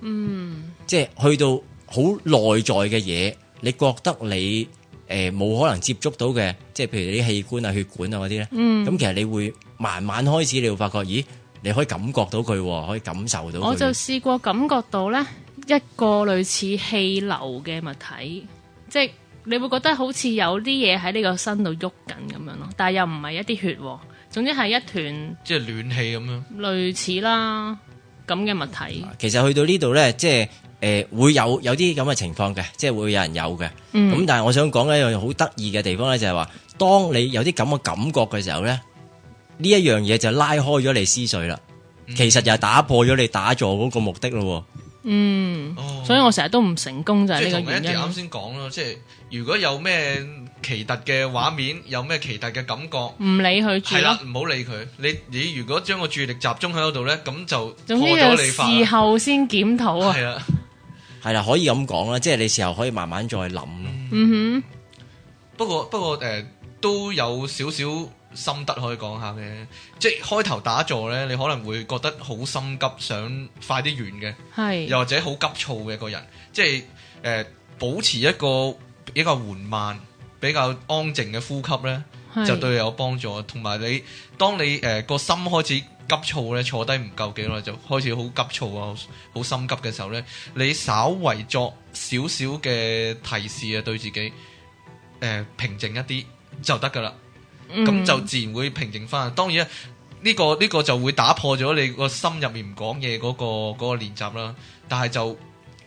[SPEAKER 3] 嗯，即係去到好內在嘅嘢，你覺得你诶冇、可能接觸到嘅，即係譬如啲器官啊、血管啊嗰啲咧。
[SPEAKER 2] 嗯。
[SPEAKER 3] 咁其實你會慢慢開始，你會發覺，咦，你可以感覺到佢喎，可以感受到
[SPEAKER 2] 我就
[SPEAKER 3] 佢。
[SPEAKER 2] 試過感覺到呢一個類似氣流嘅物體，即係你會覺得好似有啲嘢喺呢個身度喐緊咁樣咯，但係又唔係一啲血喎，總之係一團
[SPEAKER 1] 即係暖氣咁樣。
[SPEAKER 2] 類似啦咁嘅物體。
[SPEAKER 3] 啊其實去到呢度呢，即係誒、呃、會有有啲咁嘅情況嘅，即係會有人有嘅。咁、
[SPEAKER 2] 嗯
[SPEAKER 3] 但係我想講一樣好得意嘅地方呢，就係話，當你有啲咁嘅感覺嘅時候呢，呢一樣嘢就拉開咗你思緒啦。其實又打破咗你打坐嗰個目的咯
[SPEAKER 2] 嗯，
[SPEAKER 1] 哦
[SPEAKER 2] 所以我成日都唔成功就係
[SPEAKER 1] 即係
[SPEAKER 2] 呢
[SPEAKER 1] 同
[SPEAKER 2] 個原
[SPEAKER 1] Andy 啱
[SPEAKER 2] 因。
[SPEAKER 1] 先講咯，即係如果有咩奇特嘅畫面，有咩奇特嘅感覺，
[SPEAKER 2] 唔理佢住
[SPEAKER 1] 係啦
[SPEAKER 2] 咯，，
[SPEAKER 1] 唔好理佢。你你如果將個注意力集中喺嗰度咧，咁就
[SPEAKER 2] 總之
[SPEAKER 1] 破
[SPEAKER 2] 就
[SPEAKER 1] 咗你法
[SPEAKER 2] 事
[SPEAKER 1] 啦。
[SPEAKER 2] 後先檢討啊
[SPEAKER 1] 係。啦，
[SPEAKER 3] 喎，係啦，可以咁講啦，即係你時候可以慢慢再諗咯。
[SPEAKER 2] 嗯
[SPEAKER 1] 不過不過誒、呃都有少少心得可以講下嘅，即係開頭打坐咧，你可能會覺得好心急，想快啲完嘅。
[SPEAKER 2] 哼，係
[SPEAKER 1] 又或者好急躁嘅個人，即係誒、呃保持一個比較緩慢、比較安靜嘅呼吸咧，
[SPEAKER 2] 係
[SPEAKER 1] 就對你有幫助。同埋你當你誒個、心開始急躁咧，坐低唔夠幾耐就開始好急躁啊，好好心急嘅時候咧，你稍為作少少嘅提示啊，對自己誒、呃平靜一啲就得噶啦。
[SPEAKER 2] 嗯
[SPEAKER 1] 咁就自然會平靜翻。當然啊呢、個呢、個就會打破咗你個心入面唔講嘢嗰個嗰、個練習啦。但係就誒、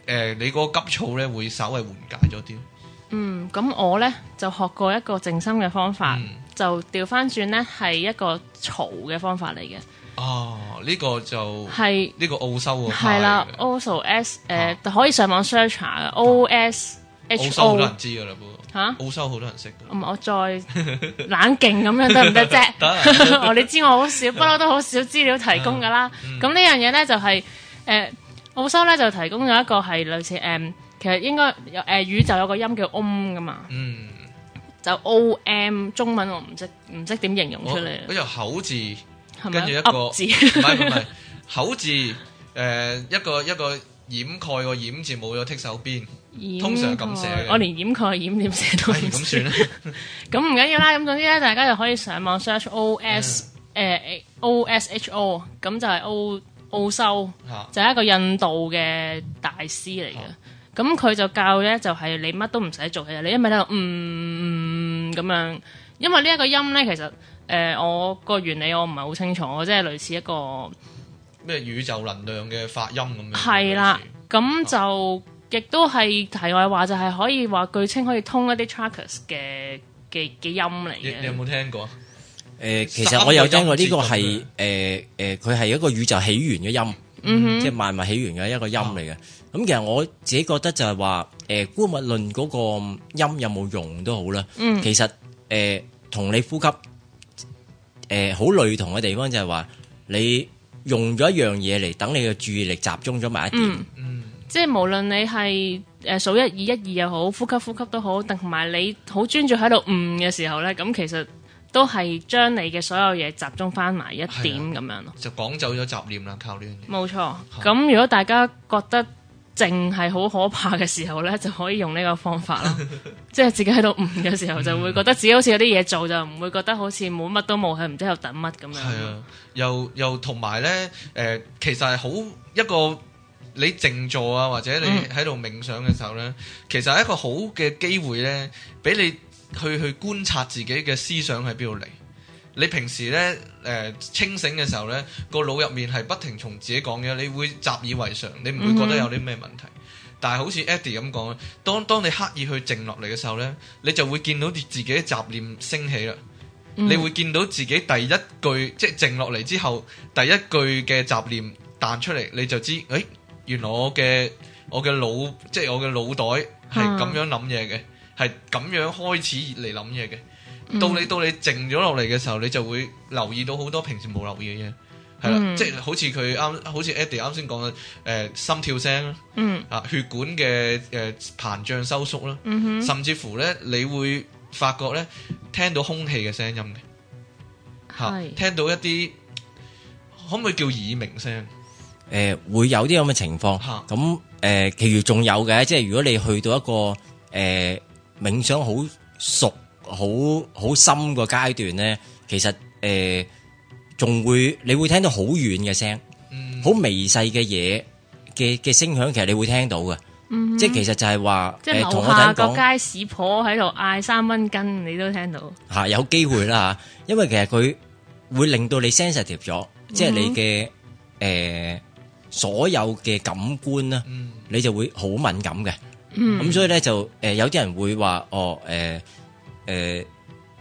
[SPEAKER 1] 呃你嗰個急躁咧會稍微緩解咗啲。
[SPEAKER 2] 嗯，咁我呢，就學過一個靜心嘅方法，
[SPEAKER 1] 嗯
[SPEAKER 2] 就調翻轉呢，係一個嘈嘅方法嚟嘅，
[SPEAKER 1] 哦，呢、個就
[SPEAKER 2] 係
[SPEAKER 1] 呢個澳洲喎，
[SPEAKER 2] 係啦
[SPEAKER 1] 派嘅
[SPEAKER 2] ，also s 誒、
[SPEAKER 1] 啊
[SPEAKER 2] 可以上網 search 下嘅 o s
[SPEAKER 1] 澳
[SPEAKER 2] h
[SPEAKER 1] 洲好多
[SPEAKER 2] o
[SPEAKER 1] 人知㗎啦，不過
[SPEAKER 2] 嚇
[SPEAKER 1] 澳洲好多人識㗎。
[SPEAKER 2] 咁我再冷靜咁樣得唔得啫？
[SPEAKER 1] 得嗯
[SPEAKER 2] 我你知我好少，不嬲都好少資料提供噶啦。咁呢樣嘢咧就係、呃誒、澳洲咧就提供咗一個係類似誒、呃其實應該有誒、呃宇宙有個音叫 om 噶嘛，
[SPEAKER 1] 嗯，
[SPEAKER 2] 就 o m 中文我唔識唔識點形容
[SPEAKER 1] 我
[SPEAKER 2] 出嚟，
[SPEAKER 1] 嗰就口字。
[SPEAKER 2] 係咪
[SPEAKER 1] 跟住一
[SPEAKER 2] 啊？
[SPEAKER 1] 個
[SPEAKER 2] 噏字
[SPEAKER 1] 唔係唔係口字，誒、一個一個掩蓋個掩字冇咗剔手邊，通常係咁寫嘅
[SPEAKER 2] 掩蓋哦我連掩蓋掩點寫都
[SPEAKER 1] 唉
[SPEAKER 2] 唔
[SPEAKER 1] 咁算啦。
[SPEAKER 2] 咁唔緊要啦，咁總之咧，大家就可以上網 search O S
[SPEAKER 1] 嗯
[SPEAKER 2] 誒 O S H O，咁就係澳澳洲，
[SPEAKER 1] 嚇
[SPEAKER 2] 就係一個印度嘅大師嚟嘅
[SPEAKER 1] 哦。
[SPEAKER 2] 咁佢就教咧，就係你乜都唔使做，其實你一味喺度嗯嗯咁樣，因為呢一個音咧，其實誒、呃我個原理我唔係好清楚，即係類似一個
[SPEAKER 1] 咩宇宙能量嘅發音咁樣。
[SPEAKER 2] 係啦，咁就亦都係題外話，就係可以話據稱可以通一啲 trackers 嘅嘅嘅音嚟
[SPEAKER 1] 你你有
[SPEAKER 2] 嘅。
[SPEAKER 1] 冇聽過？
[SPEAKER 3] 誒，呃其
[SPEAKER 1] 三
[SPEAKER 3] 實
[SPEAKER 1] 個
[SPEAKER 3] 我有聽過呢
[SPEAKER 1] 音節
[SPEAKER 3] 個
[SPEAKER 1] 咁
[SPEAKER 3] 係
[SPEAKER 1] 樣
[SPEAKER 3] 誒誒，佢係一個宇宙起源嘅音，
[SPEAKER 1] 嗯
[SPEAKER 3] 即係萬物起源嘅一個音嚟嘅。咁其實我自己覺得就係話誒，孤物論嗰個
[SPEAKER 1] 嗯
[SPEAKER 3] 呃音有冇用都好啦。其實誒，同你呼吸誒呃好類同嘅地方就係話，你用咗一樣嘢嚟等你嘅注意力集中咗埋一點，
[SPEAKER 2] 嗯，即係無論你係誒數一二一二又好，呼吸呼吸都好，同埋你好專注喺度悟嘅時候咧，咁其實都係將你嘅所有嘢集中翻埋一點
[SPEAKER 1] 係
[SPEAKER 2] 咁樣咯。
[SPEAKER 1] 就講走咗雜念啦，靠呢樣嘢。
[SPEAKER 2] 冇錯。咁如果大家覺得靜係好可怕嘅時候咧，就可以用呢個方法啦。即係自己喺度悟嘅時候，就會覺得自己好似有啲嘢做，就唔會覺得好似冇乜都冇，係唔知喺度等乜咁樣。
[SPEAKER 1] 係啊，又又同埋咧，誒、其實係好一個你靜坐啊，或者你
[SPEAKER 2] 嗯
[SPEAKER 1] 喺度冥想嘅時候咧，其實係一個好嘅機會咧，俾你去去觀察自己嘅思想喺邊度嚟。你平時咧，誒、清醒嘅時候咧，個腦入面係不停從自己講嘢，你會習以為常，你唔會
[SPEAKER 2] 嗯
[SPEAKER 1] 覺得有啲咩問題。但係好似 Eddie 咁講，當當你刻意去靜落嚟嘅時候咧，你就會見到自己嘅雜念升起啦。
[SPEAKER 2] 嗯
[SPEAKER 1] 你會見到自己第一句即係靜落嚟之後，第一句嘅雜念彈出嚟，你就知，誒、哎原來我嘅我嘅腦即係我嘅腦袋係
[SPEAKER 2] 嗯
[SPEAKER 1] 咁樣諗嘢嘅，係咁、樣開始嚟諗嘢嘅。
[SPEAKER 2] 嗯
[SPEAKER 1] 到你到你靜咗落嚟嘅時候，你就會留意到好多平時冇留意嘅嘢，係啦，
[SPEAKER 2] 嗯
[SPEAKER 1] 即係好似佢啱，好似 Eddie 啱先講嘅，誒、心跳聲啦，
[SPEAKER 2] 嗯
[SPEAKER 1] 啊血管嘅誒、膨脹收縮啦，
[SPEAKER 2] 嗯哼，
[SPEAKER 1] 甚至乎咧，你會發覺咧，聽到空氣嘅聲音嘅，嚇
[SPEAKER 2] 係
[SPEAKER 1] 聽到一啲可唔可以叫耳鳴聲？
[SPEAKER 3] 誒、呃會有啲咁嘅情況。
[SPEAKER 1] 嚇
[SPEAKER 3] 咁誒、其餘仲有嘅，即係如果你去到一個誒、冥想好熟、好好深個階段咧，其實誒仲、會你會聽到好遠嘅聲，
[SPEAKER 1] 嗯
[SPEAKER 3] 好、微細嘅嘢嘅嘅聲響，其實你會聽到嘅。即係其實就係
[SPEAKER 2] 嗯
[SPEAKER 3] 話呃
[SPEAKER 2] 即係
[SPEAKER 3] 誒，同、
[SPEAKER 2] 樓
[SPEAKER 3] 我
[SPEAKER 2] 下
[SPEAKER 3] 哋
[SPEAKER 2] 個
[SPEAKER 3] 講。
[SPEAKER 2] 街市婆喺度嗌三蚊斤，你都聽到。
[SPEAKER 3] 嚇、啊有機會啦嚇，因為其實佢會令到你 sensitive 咗，即係你嘅誒、呃所有嘅感官啦，
[SPEAKER 1] 嗯
[SPEAKER 3] 你就會好敏感嘅。咁、
[SPEAKER 2] 嗯
[SPEAKER 3] 所以咧就誒、呃有啲人會話哦誒誒、呃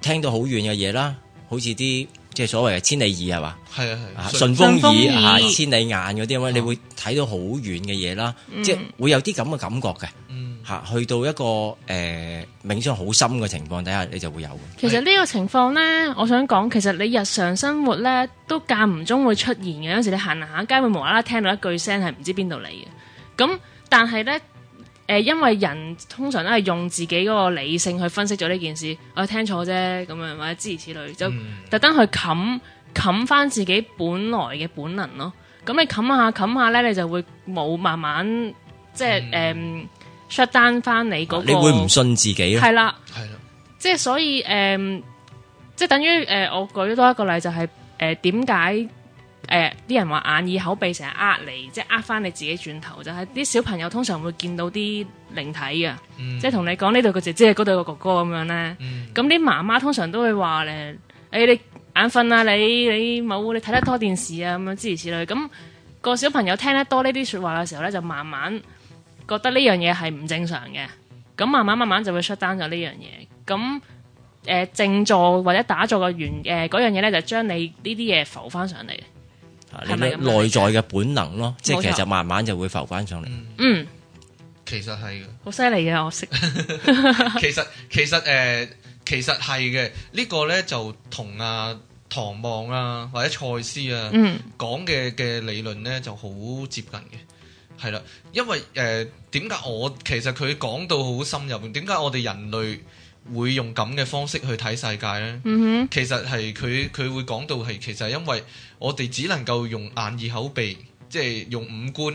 [SPEAKER 3] 聽到好遠嘅嘢啦，好似啲即係所謂嘅千里耳係嘛？
[SPEAKER 1] 係啊係
[SPEAKER 3] 啊
[SPEAKER 1] 啊，
[SPEAKER 3] 順風
[SPEAKER 2] 順風
[SPEAKER 3] 耳啊
[SPEAKER 2] 耳
[SPEAKER 3] 千里眼嗰啲咁樣，你會睇到好遠嘅嘢啦，即係會有啲咁嘅感覺嘅
[SPEAKER 1] 嗯
[SPEAKER 3] 嚇、去到一個誒、呃冥想好深嘅情況底下，你就會有嘅。
[SPEAKER 2] 其實呢個情況呢，我想講，其實你日常生活呢都間唔中會出現嘅。有時你行行下街會無啦啦聽到一句聲係唔知邊度嚟嘅。咁但係呢，誒、因為人通常都係用自己嗰個理性去分析咗呢件事，我、聽錯啫咁樣，或者諸如此類，
[SPEAKER 3] 嗯
[SPEAKER 2] 就
[SPEAKER 1] 嗯
[SPEAKER 2] 特登去冚冚翻自己本來嘅本能咯。咁你冚下冚下呢，你就會冇慢慢即係誒、shut down 翻你嗰、個。
[SPEAKER 3] 嗯啊你會唔信自己咯？
[SPEAKER 2] 係啦。
[SPEAKER 1] 係啦，
[SPEAKER 2] 即係所以誒、嗯即係等於誒、呃我舉多一個例就係誒點解誒啲人話眼耳口鼻成日呃你，即係呃翻你自己轉頭，就係、啲小朋友通常會見到啲靈體嘅，
[SPEAKER 1] 嗯
[SPEAKER 2] 即係同你講呢度個姐姐，嗰度個哥哥咁樣咧。
[SPEAKER 1] 嗯
[SPEAKER 2] 咁啲媽媽通常都會話咧：，誒、你眼瞓啊，你你冇你睇得多電視啊，咁樣諸如此類。咁、個小朋友聽得多呢啲説話嘅時候咧，就慢慢覺得呢樣嘢係唔正常嘅。咁慢慢慢慢就會 shut down 咗呢樣嘢。咁誒、呃靜坐或者打坐嘅原誒嗰樣嘢咧，就將你呢啲嘢浮翻上嚟。
[SPEAKER 3] 啊你
[SPEAKER 2] 係咪咁樣
[SPEAKER 3] 內在嘅本能咯，即係
[SPEAKER 2] 冇錯
[SPEAKER 3] 其實就慢慢就會浮翻上嚟。
[SPEAKER 2] 嗯，
[SPEAKER 1] 其實係嘅。
[SPEAKER 2] 好犀利嘅，我識。
[SPEAKER 1] 其實其實誒、呃其實係嘅，呢、個呢就同啊唐望啊或者賽斯啊
[SPEAKER 2] 嗯
[SPEAKER 1] 講嘅嘅理論呢就好接近嘅，係啦，因為誒點解我其實佢講到好深入，點解我哋人類會用咁嘅方式去睇世界呢？
[SPEAKER 2] 嗯
[SPEAKER 1] 其實係佢佢會講到係其實係因為我哋只能夠用眼耳口鼻，即係用五官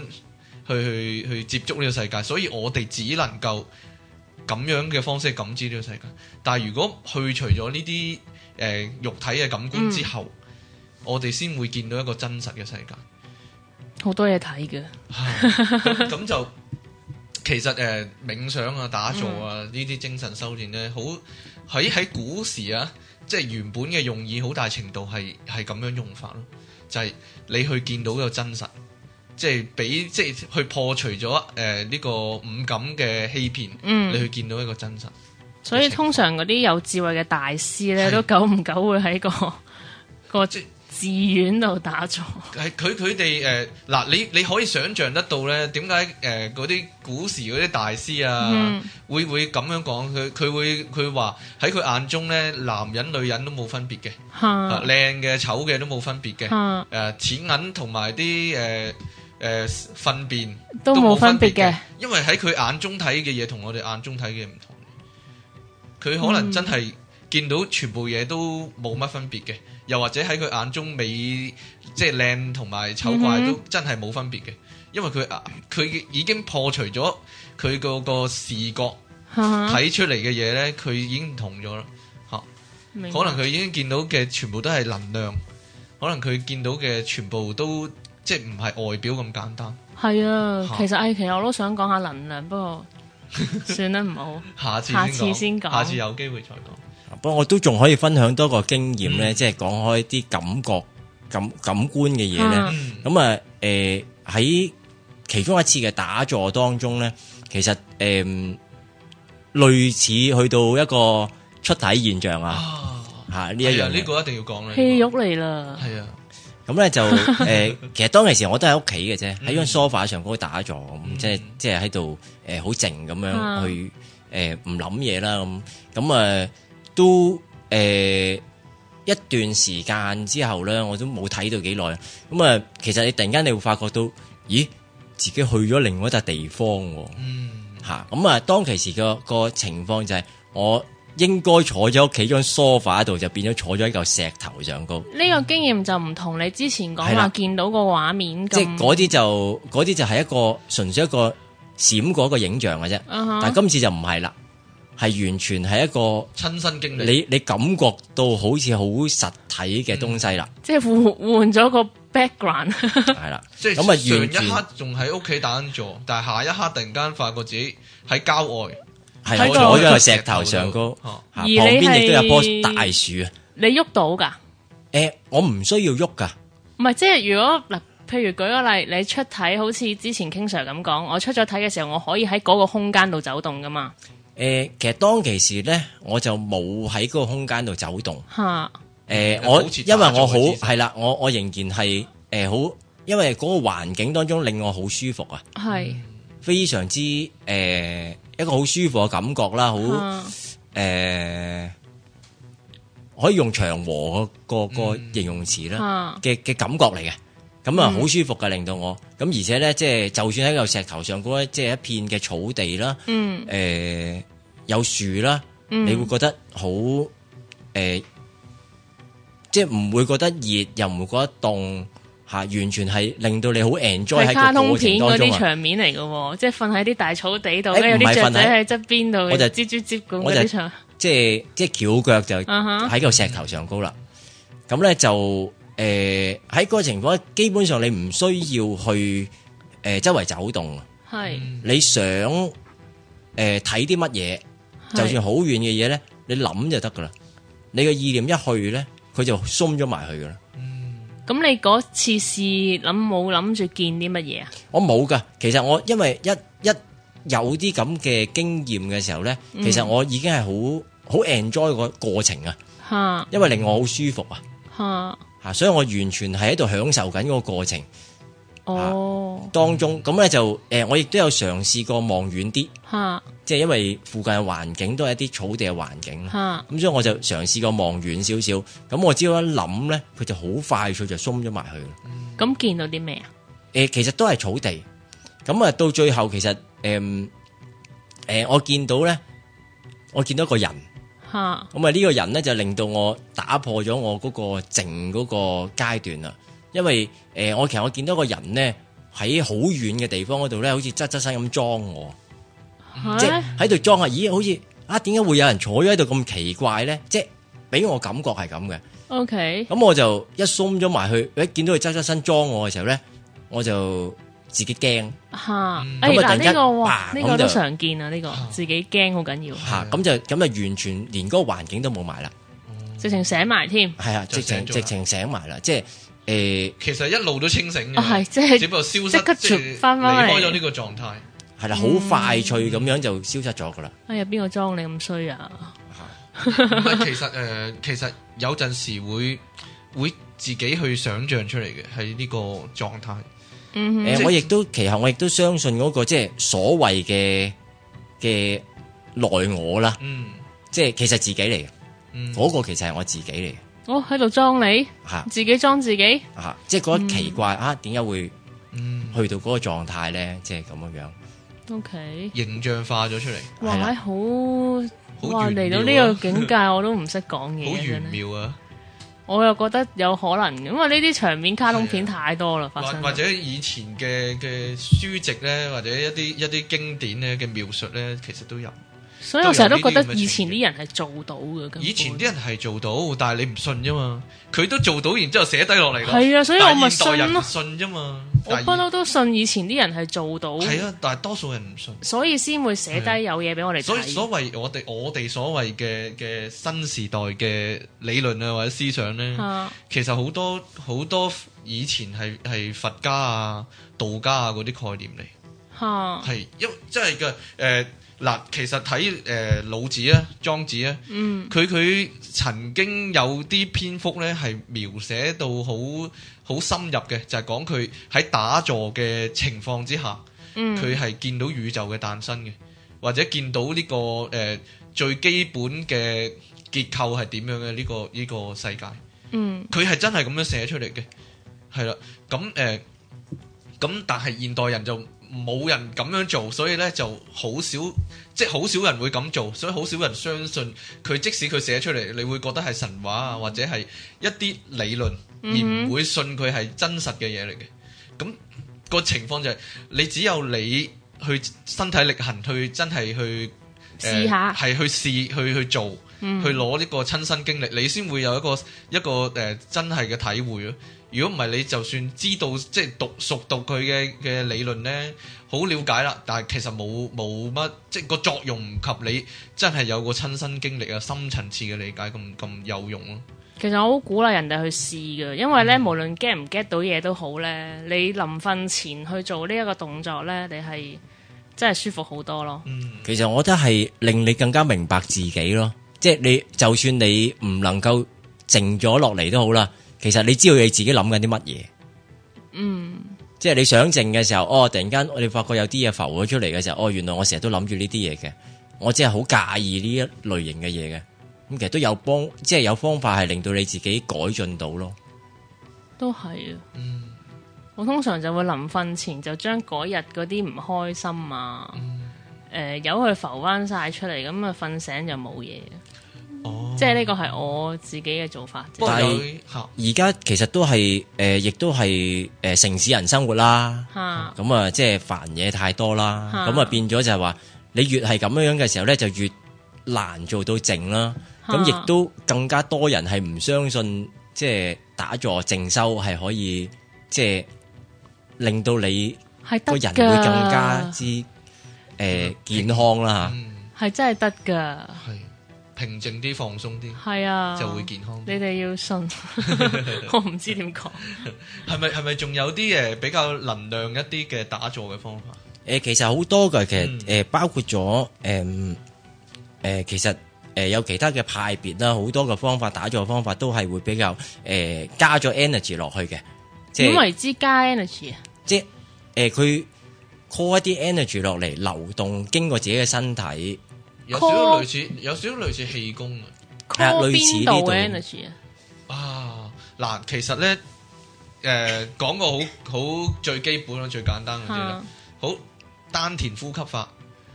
[SPEAKER 1] 去去去接觸呢個世界，所以我哋只能夠咁樣嘅方式感知呢個世界。但係如果去除咗呢啲誒肉體嘅感官之後，我哋先會見到一個真實嘅世界。
[SPEAKER 2] 哼，好多嘢睇嘅。
[SPEAKER 1] 咁咁就其實誒、呃冥想啊、打坐啊呢啲精神修練咧，好喺喺古時啊，即係原本嘅用意好大程度係係咁樣用法咯，就係、你去見到個真實，即係俾即係去破除咗誒呢個五感嘅欺騙，
[SPEAKER 2] 嗯
[SPEAKER 1] 你去見到一個真實。
[SPEAKER 2] 所以通常嗰啲有智慧嘅大師咧，
[SPEAKER 1] 係
[SPEAKER 2] 都久唔久會喺個個
[SPEAKER 1] 即
[SPEAKER 2] 禪寺院度打坐，
[SPEAKER 1] 係佢佢哋誒嗱，你你可以想象得到咧，點解誒嗰啲古時嗰啲大師啊，
[SPEAKER 2] 嗯
[SPEAKER 1] 會會咁樣講佢佢會佢話喺佢眼中咧，男人女人都冇分別嘅，啊
[SPEAKER 2] 嚇
[SPEAKER 1] 靚嘅醜嘅都冇分別嘅，誒、
[SPEAKER 2] 嚇
[SPEAKER 1] 錢銀同埋啲誒誒糞便
[SPEAKER 2] 都冇分別嘅，，
[SPEAKER 1] 因為喺佢眼中睇嘅嘢同我哋眼中睇嘅唔同，佢可
[SPEAKER 2] 嗯
[SPEAKER 1] 能真係見到全部嘢都冇乜分別嘅，又或者喺佢眼中美即係靚同埋醜怪
[SPEAKER 2] 嗯哼
[SPEAKER 1] 都真係冇分別嘅，因為佢啊佢已經破除咗佢個個視覺
[SPEAKER 2] 嚇嚇
[SPEAKER 1] 睇出嚟嘅嘢呢，佢已經唔同咗啦。
[SPEAKER 2] 明白
[SPEAKER 1] 可能佢已經見到嘅全部都係能量，可能佢見到嘅全部都即係唔係外表咁簡單。
[SPEAKER 2] 係啊
[SPEAKER 1] 嚇，
[SPEAKER 2] 其實唉，其實我都想講下能量，不過算啦，唔好。
[SPEAKER 1] 下次
[SPEAKER 2] 下
[SPEAKER 1] 先
[SPEAKER 2] 次先
[SPEAKER 1] 講，
[SPEAKER 2] 講
[SPEAKER 1] 下次有機會再講。
[SPEAKER 3] 不過我都仲可以分享多個經驗咧，
[SPEAKER 1] 嗯
[SPEAKER 3] 即係講開啲感覺、感感官嘅嘢咧。
[SPEAKER 2] 嗯
[SPEAKER 1] 嗯
[SPEAKER 3] 咁啊，誒喺其中一次嘅打坐當中咧，其實誒、嗯類似去到一個出體現象啊，
[SPEAKER 1] 啊，
[SPEAKER 3] 嚇呢一
[SPEAKER 1] 係啊，
[SPEAKER 3] 樣
[SPEAKER 1] 呢
[SPEAKER 3] 嘢。
[SPEAKER 1] 個一定要講啦。
[SPEAKER 2] 戲
[SPEAKER 1] 呢
[SPEAKER 2] 肉嚟啦
[SPEAKER 1] 個，係啊，
[SPEAKER 3] 咁 咧就誒、其實當其時我都喺屋企嘅啫，喺張
[SPEAKER 1] 嗯
[SPEAKER 3] sofa 上高打坐咁、
[SPEAKER 1] 嗯
[SPEAKER 3] 即係即係喺度呃誒好靜咁樣
[SPEAKER 2] 啊
[SPEAKER 3] 去誒唔諗嘢啦咁，咁誒都誒、呃一段時間之後咧，我都冇睇到幾耐，咁啊其實你突然間你會發覺到，咦自己去咗另外一笪地方喎、
[SPEAKER 1] 嗯，
[SPEAKER 3] 吓咁啊！當其時個個情況就係、我應該坐咗屋企張 sofa 度，就變咗坐咗喺嚿石頭上高。
[SPEAKER 2] 呢個經驗就唔同你之前講
[SPEAKER 3] 係啦
[SPEAKER 2] 話見到個畫面咁。
[SPEAKER 3] 即係嗰啲就嗰啲就係一個純粹一個閃過一個影像嘅啫。
[SPEAKER 2] 啊哈
[SPEAKER 3] 但係今次就唔係啦，係完全係一個
[SPEAKER 1] 親身經歷。
[SPEAKER 3] 你你感覺到好似好實體嘅東西啦，
[SPEAKER 2] 即係換換咗個 background，
[SPEAKER 3] 係啦。
[SPEAKER 1] 即係
[SPEAKER 3] 咁啊，
[SPEAKER 1] 上
[SPEAKER 3] 完
[SPEAKER 1] 一
[SPEAKER 3] 全
[SPEAKER 1] 刻仲喺屋企打緊坐，但係下一刻突然間發覺自己喺郊外，哦
[SPEAKER 3] 係
[SPEAKER 2] 喺
[SPEAKER 3] 我
[SPEAKER 2] 個
[SPEAKER 3] 坐咗喺石頭上 高，
[SPEAKER 1] 嚇
[SPEAKER 3] 嚇
[SPEAKER 2] 而
[SPEAKER 3] 旁
[SPEAKER 2] 你
[SPEAKER 3] 邊亦都有棵
[SPEAKER 2] 係
[SPEAKER 3] 大樹啊。
[SPEAKER 2] 你喐到㗎？
[SPEAKER 3] 誒，我唔需要喐噶，
[SPEAKER 2] 唔係，即係如果嗱，譬如舉個例，你出體好似之前 King Sir 咁講，我出咗體嘅時候，我可以喺嗰個空間度走動㗎嘛？
[SPEAKER 3] 誒、其實當其時咧，我就冇喺嗰個空間度走動。
[SPEAKER 2] 嚇，
[SPEAKER 3] 誒、
[SPEAKER 1] 嗯
[SPEAKER 3] 呃我
[SPEAKER 1] 好似
[SPEAKER 3] 因為我
[SPEAKER 1] 打
[SPEAKER 3] 好
[SPEAKER 1] 坐嘅姿勢
[SPEAKER 3] 係啦，我我仍然係誒好，因為嗰個環境當中令我好舒服啊，
[SPEAKER 2] 係
[SPEAKER 3] 非常之誒、一個好舒服嘅感覺啦，好誒、
[SPEAKER 2] 啊
[SPEAKER 3] 可以用祥和個個個
[SPEAKER 1] 嗯
[SPEAKER 3] 形容詞啦
[SPEAKER 2] 啊
[SPEAKER 3] 嘅嘅感覺嚟嘅，咁啊好舒服嘅令到我，咁而且咧即係就算喺嚿石頭上高咧，即係一片嘅草地啦，
[SPEAKER 2] 嗯
[SPEAKER 3] 誒、呃有樹啦，你會覺得好誒、即係唔會覺得熱，又唔會覺得凍嚇、完全係令到你好 enjoy
[SPEAKER 2] 係
[SPEAKER 3] 喺
[SPEAKER 2] 卡
[SPEAKER 3] 個
[SPEAKER 2] 通
[SPEAKER 3] 過程
[SPEAKER 2] 片嗰
[SPEAKER 3] 當中
[SPEAKER 2] 啲
[SPEAKER 3] 啊！
[SPEAKER 2] 場面嚟嘅喎，即係瞓喺啲大草地度，
[SPEAKER 3] 誒
[SPEAKER 2] 跟住有
[SPEAKER 3] 唔係
[SPEAKER 2] 啲雀
[SPEAKER 3] 瞓喺
[SPEAKER 2] 仔喺側邊度，
[SPEAKER 3] 我就
[SPEAKER 2] 吱吱吱咁
[SPEAKER 3] 我
[SPEAKER 2] 嗰
[SPEAKER 3] 就
[SPEAKER 2] 啲場，
[SPEAKER 3] 即係即係翹腳就
[SPEAKER 2] 啊哈
[SPEAKER 3] 喺嚿石頭上高啦。咁咧就誒喺嗰個情況，基本上你唔需要去誒、呃周圍走動，啊
[SPEAKER 2] 係
[SPEAKER 3] 你想誒睇啲乜嘢？就算好遠嘅嘢咧，你諗就得噶啦。你嘅意念一去咧，佢就鬆咗埋去噶啦。
[SPEAKER 2] 咁你嗰次試諗冇諗住見啲乜嘢啊？
[SPEAKER 3] 我冇噶，其實我因為一一有啲咁嘅經驗嘅時候咧，其實我已經係好好 enjoy 個過程啊，
[SPEAKER 2] 嚇
[SPEAKER 3] 因為令我好舒服啊，
[SPEAKER 2] 嚇
[SPEAKER 3] 嚇，所以我完全係喺度享受緊嗰個過程
[SPEAKER 2] 哦
[SPEAKER 3] 當中。咁咧就誒、我亦都有嘗試過望遠啲，
[SPEAKER 2] 嚇
[SPEAKER 3] 即係因為附近嘅環境都係一啲草地嘅環境啦。
[SPEAKER 2] 嚇
[SPEAKER 3] 咁所以我就嘗試過望遠少少，咁我只要一諗咧，佢就好快脆就鬆咗埋去啦。
[SPEAKER 2] 咁見到啲咩啊？
[SPEAKER 3] 誒、呃其實都係草地。咁啊，到最後其實誒誒、嗯呃我見到咧，我見到一個人，
[SPEAKER 2] 嚇
[SPEAKER 3] 咁啊呢個人咧就令到我打破咗我嗰個靜嗰個階段啦。因為誒、呃我其實我見到一個人咧喺好遠嘅地方嗰度咧，好似側側身咁裝我，
[SPEAKER 2] 嚇
[SPEAKER 3] 即係喺度裝下，咦，好似啊點解會有人坐咗喺度咁奇怪咧？即係俾我感覺係咁嘅。
[SPEAKER 2] O K，
[SPEAKER 3] 咁我就一鬆咗埋去，一見到佢側側身裝我嘅時候咧，我就自己驚。
[SPEAKER 2] 吓，
[SPEAKER 1] 嗯
[SPEAKER 2] 哎
[SPEAKER 3] 咁啊突
[SPEAKER 2] 嗱
[SPEAKER 3] 然
[SPEAKER 2] 呢
[SPEAKER 3] 間
[SPEAKER 2] 個哇，
[SPEAKER 3] 砰
[SPEAKER 2] 呢個都
[SPEAKER 3] 咁就
[SPEAKER 2] 常見啊，呢個自己驚好緊要，
[SPEAKER 1] 啊
[SPEAKER 3] 吓咁就咁就完全連嗰個環境都冇埋啦，
[SPEAKER 2] 直情寫埋添，
[SPEAKER 3] 係啊，
[SPEAKER 1] 就醒
[SPEAKER 3] 直情
[SPEAKER 1] 咗啦
[SPEAKER 3] 直情醒埋啦，即係誒
[SPEAKER 1] 其實一路都清醒
[SPEAKER 2] 啊
[SPEAKER 1] 嘅，
[SPEAKER 2] 係即係
[SPEAKER 1] 只不過消失，
[SPEAKER 2] 即刻
[SPEAKER 1] 即係
[SPEAKER 2] 轉返返嚟
[SPEAKER 1] 離開咗呢個狀態。
[SPEAKER 3] 係啦，好快脆咁樣就消失咗噶啦，
[SPEAKER 2] 哎呀邊個裝你咁衰啊？
[SPEAKER 1] 咁啊其實誒、呃其實有陣時會會自己去想象出嚟嘅，喺呢個狀態。
[SPEAKER 2] 嗯哼，
[SPEAKER 3] 诶、
[SPEAKER 1] 即係
[SPEAKER 3] 我亦都其後我亦都相信嗰、個即係所謂嘅嘅內我啦，
[SPEAKER 1] 嗯
[SPEAKER 3] 即係其實自己嚟嘅，
[SPEAKER 1] 嗯，
[SPEAKER 3] 嗰、個其實係我自己嚟嘅，
[SPEAKER 2] 我哦喺度裝你，
[SPEAKER 3] 吓、
[SPEAKER 2] 自己裝自己，
[SPEAKER 3] 吓、即係嗰一奇怪、啊，點解會
[SPEAKER 1] 嗯
[SPEAKER 3] 去到嗰個狀態咧？即係咁樣樣，
[SPEAKER 2] OK，
[SPEAKER 1] 形象化咗出嚟，
[SPEAKER 2] 哇，
[SPEAKER 3] 係啦
[SPEAKER 2] 好
[SPEAKER 1] 啊好
[SPEAKER 2] 哇
[SPEAKER 1] 玄
[SPEAKER 2] 嚟到
[SPEAKER 1] 妙啊
[SPEAKER 2] 呢個境界，我都唔識講
[SPEAKER 1] 好
[SPEAKER 2] 嘢
[SPEAKER 1] 玄
[SPEAKER 2] 真係。
[SPEAKER 1] 妙啊！
[SPEAKER 2] 我又覺得有可能，因為呢啲場面卡通片
[SPEAKER 1] 係
[SPEAKER 2] 太多啦，
[SPEAKER 1] 或
[SPEAKER 2] 發生
[SPEAKER 1] 或者以前嘅嘅書籍咧，或者一啲一啲經典咧嘅描述咧，其實都有。
[SPEAKER 2] 所以我成日都覺
[SPEAKER 1] 都有呢
[SPEAKER 2] 得
[SPEAKER 1] 啲咁嘅
[SPEAKER 2] 以前啲人係做到嘅。根本
[SPEAKER 1] 以前啲人係做到，但係你唔信啫嘛。佢都做到，然之後寫低落嚟咯。
[SPEAKER 2] 係啊所以我咪
[SPEAKER 1] 但係現代人
[SPEAKER 2] 信咯
[SPEAKER 1] 唔信啫嘛。
[SPEAKER 2] 我不嬲都信以前啲人係做到，
[SPEAKER 1] 係啊，但係多數人唔信。
[SPEAKER 2] 所以先會寫低有嘢俾我哋
[SPEAKER 1] 所以
[SPEAKER 2] 睇。
[SPEAKER 1] 所謂我哋我哋所謂嘅嘅新時代嘅理論啊或者思想咧，
[SPEAKER 2] 啊，
[SPEAKER 1] 其實好多好多以前係係佛家啊、道家啊嗰啲概念嚟。
[SPEAKER 2] 嚇，
[SPEAKER 1] 係，因真係嘅誒嗱，其實睇誒、呃老子啊、莊子啊，
[SPEAKER 2] 嗯，
[SPEAKER 1] 佢佢曾經有啲篇幅咧係描寫到好好深入嘅，就係講佢喺打坐嘅情況之下，
[SPEAKER 2] 嗯，
[SPEAKER 1] 佢係見到宇宙嘅誕生嘅，或者見到呢、個誒、呃最基本嘅結構係點樣嘅呢、個呢、個世界。
[SPEAKER 2] 嗯，
[SPEAKER 1] 佢係真係咁樣寫出嚟嘅，係啦。咁誒，呃咁、但係現代人就冇人咁樣做，所以咧就好少，即係好少人會咁做，所以好少人相信佢。即使佢寫出嚟，你會覺得係神話啊，或者係一啲理論，而
[SPEAKER 2] 嗯
[SPEAKER 1] 唔
[SPEAKER 2] 哼
[SPEAKER 1] 會信佢係真實嘅嘢嚟嘅。咁、個情況就係、你只有你去身體力行，去真係去
[SPEAKER 2] 試下
[SPEAKER 1] 係去試去去做。
[SPEAKER 2] 嗯
[SPEAKER 1] 去攞呢個親身經歷，你先會有一個一個誒、呃真係嘅體會咯。如果唔係，你就算知道即係讀熟讀佢嘅嘅理論呢，好了解啦，但係其實冇冇乜即係個作用唔及你真係有個親身經歷啊、深層次嘅理解咁咁有用咯。
[SPEAKER 2] 其實我好鼓勵人哋去試嘅，因為咧無論 get 唔 get 到嘢都好咧，你臨瞓前去做呢一個動作咧，你係真係舒服好多咯。
[SPEAKER 1] 嗯
[SPEAKER 3] 其實我覺得係令你更加明白自己咯。即係你就算你唔能夠靜咗落嚟都好啦，其實你知道你自己諗緊啲乜嘢。
[SPEAKER 2] 嗯，
[SPEAKER 3] 即係你想靜嘅時候，哦，突然間我哋發覺有啲嘢浮咗出嚟嘅時候，哦，原來我成日都諗住呢啲嘢嘅，我真係好介意呢一類型嘅嘢嘅。咁其實都有幫，即係有方法係令到你自己改進到咯。
[SPEAKER 2] 都係啊。
[SPEAKER 1] 嗯
[SPEAKER 2] 我通常就會臨瞓前就將嗰日嗰啲唔開心啊，誒由佢浮翻晒出嚟，咁啊瞓醒就冇嘢。
[SPEAKER 1] 哦，
[SPEAKER 2] 即係呢個係我自己嘅做法
[SPEAKER 1] 不
[SPEAKER 2] 啫。
[SPEAKER 1] 過有
[SPEAKER 3] 但
[SPEAKER 1] 嚇
[SPEAKER 3] 而家其實都係誒、呃亦都係誒、呃城市人生活啦。
[SPEAKER 2] 嚇，
[SPEAKER 3] 咁啊，即係煩嘢太多啦，
[SPEAKER 2] 啊
[SPEAKER 3] 咁啊變咗就係話，你越係咁樣樣嘅時候咧，就越難做到靜啦。
[SPEAKER 2] 啊
[SPEAKER 3] 咁亦都更加多人係唔相信，即係打坐靜修係可以，即係令到你
[SPEAKER 2] 係得
[SPEAKER 3] 個人
[SPEAKER 2] 㗎，
[SPEAKER 3] 會更加之誒、呃健康啦
[SPEAKER 1] 嗯
[SPEAKER 2] 係真係得
[SPEAKER 1] 係平靜啲、放鬆啲
[SPEAKER 2] 㗎，係啊，
[SPEAKER 1] 就會健康啲。
[SPEAKER 2] 你哋 要信， 我唔知點講。
[SPEAKER 1] 係咪係咪仲有啲誒、呃比較能量一啲嘅打坐嘅方法？
[SPEAKER 3] 嚇。誒其實好多嘅，其實
[SPEAKER 1] 嗯
[SPEAKER 3] 誒、呃包括咗誒誒，其實誒、呃有其他嘅派別啦，好多嘅方法打坐嘅方法都係會比較誒、呃加咗 energy 落去嘅，即
[SPEAKER 2] 點
[SPEAKER 3] 係。
[SPEAKER 2] 為之加 energy 啊？
[SPEAKER 3] 即係诶，呃佢、call 一啲 energy 落嚟流動，經過自己嘅身體，
[SPEAKER 1] 有少少
[SPEAKER 2] Core-
[SPEAKER 1] 類似，有少少類似氣功啊。
[SPEAKER 3] 係啊
[SPEAKER 2] call
[SPEAKER 3] 類似
[SPEAKER 2] 邊
[SPEAKER 3] 呢
[SPEAKER 2] 度
[SPEAKER 3] 度
[SPEAKER 2] 嘅 energy 啊？
[SPEAKER 1] 啊，嗱，其實咧，誒、講個好好最基本啦，最簡單嗰啲啦
[SPEAKER 2] 嚇，，
[SPEAKER 1] 好丹田呼吸法，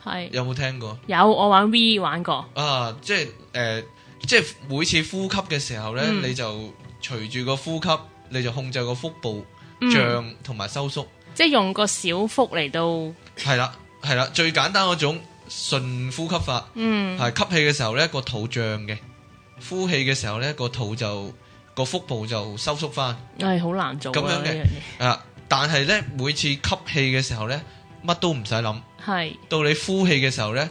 [SPEAKER 2] 係
[SPEAKER 1] 有冇聽過？
[SPEAKER 2] 有我玩 V 玩過，
[SPEAKER 1] 啊，即係誒、即係每次呼吸嘅時候咧，
[SPEAKER 2] 嗯
[SPEAKER 1] 你就隨住個呼吸，你就控制個腹部
[SPEAKER 2] 嗯
[SPEAKER 1] 脹同埋收縮，
[SPEAKER 2] 即係用個小腹嚟到，
[SPEAKER 1] 係啦、係啦，最簡單嗰種順呼吸法，
[SPEAKER 2] 嗯，
[SPEAKER 1] 係吸氣嘅時候咧個肚脹嘅，呼氣嘅時候咧個肚就個腹部就收縮翻。
[SPEAKER 2] 係好難做
[SPEAKER 1] 咁
[SPEAKER 2] 啊
[SPEAKER 1] 樣
[SPEAKER 2] 呢
[SPEAKER 1] 嘅
[SPEAKER 2] 樣嘢，
[SPEAKER 1] 啊！但係咧，每次吸氣嘅時候咧，乜都唔使諗。
[SPEAKER 2] 係
[SPEAKER 1] 到你呼氣嘅時候咧，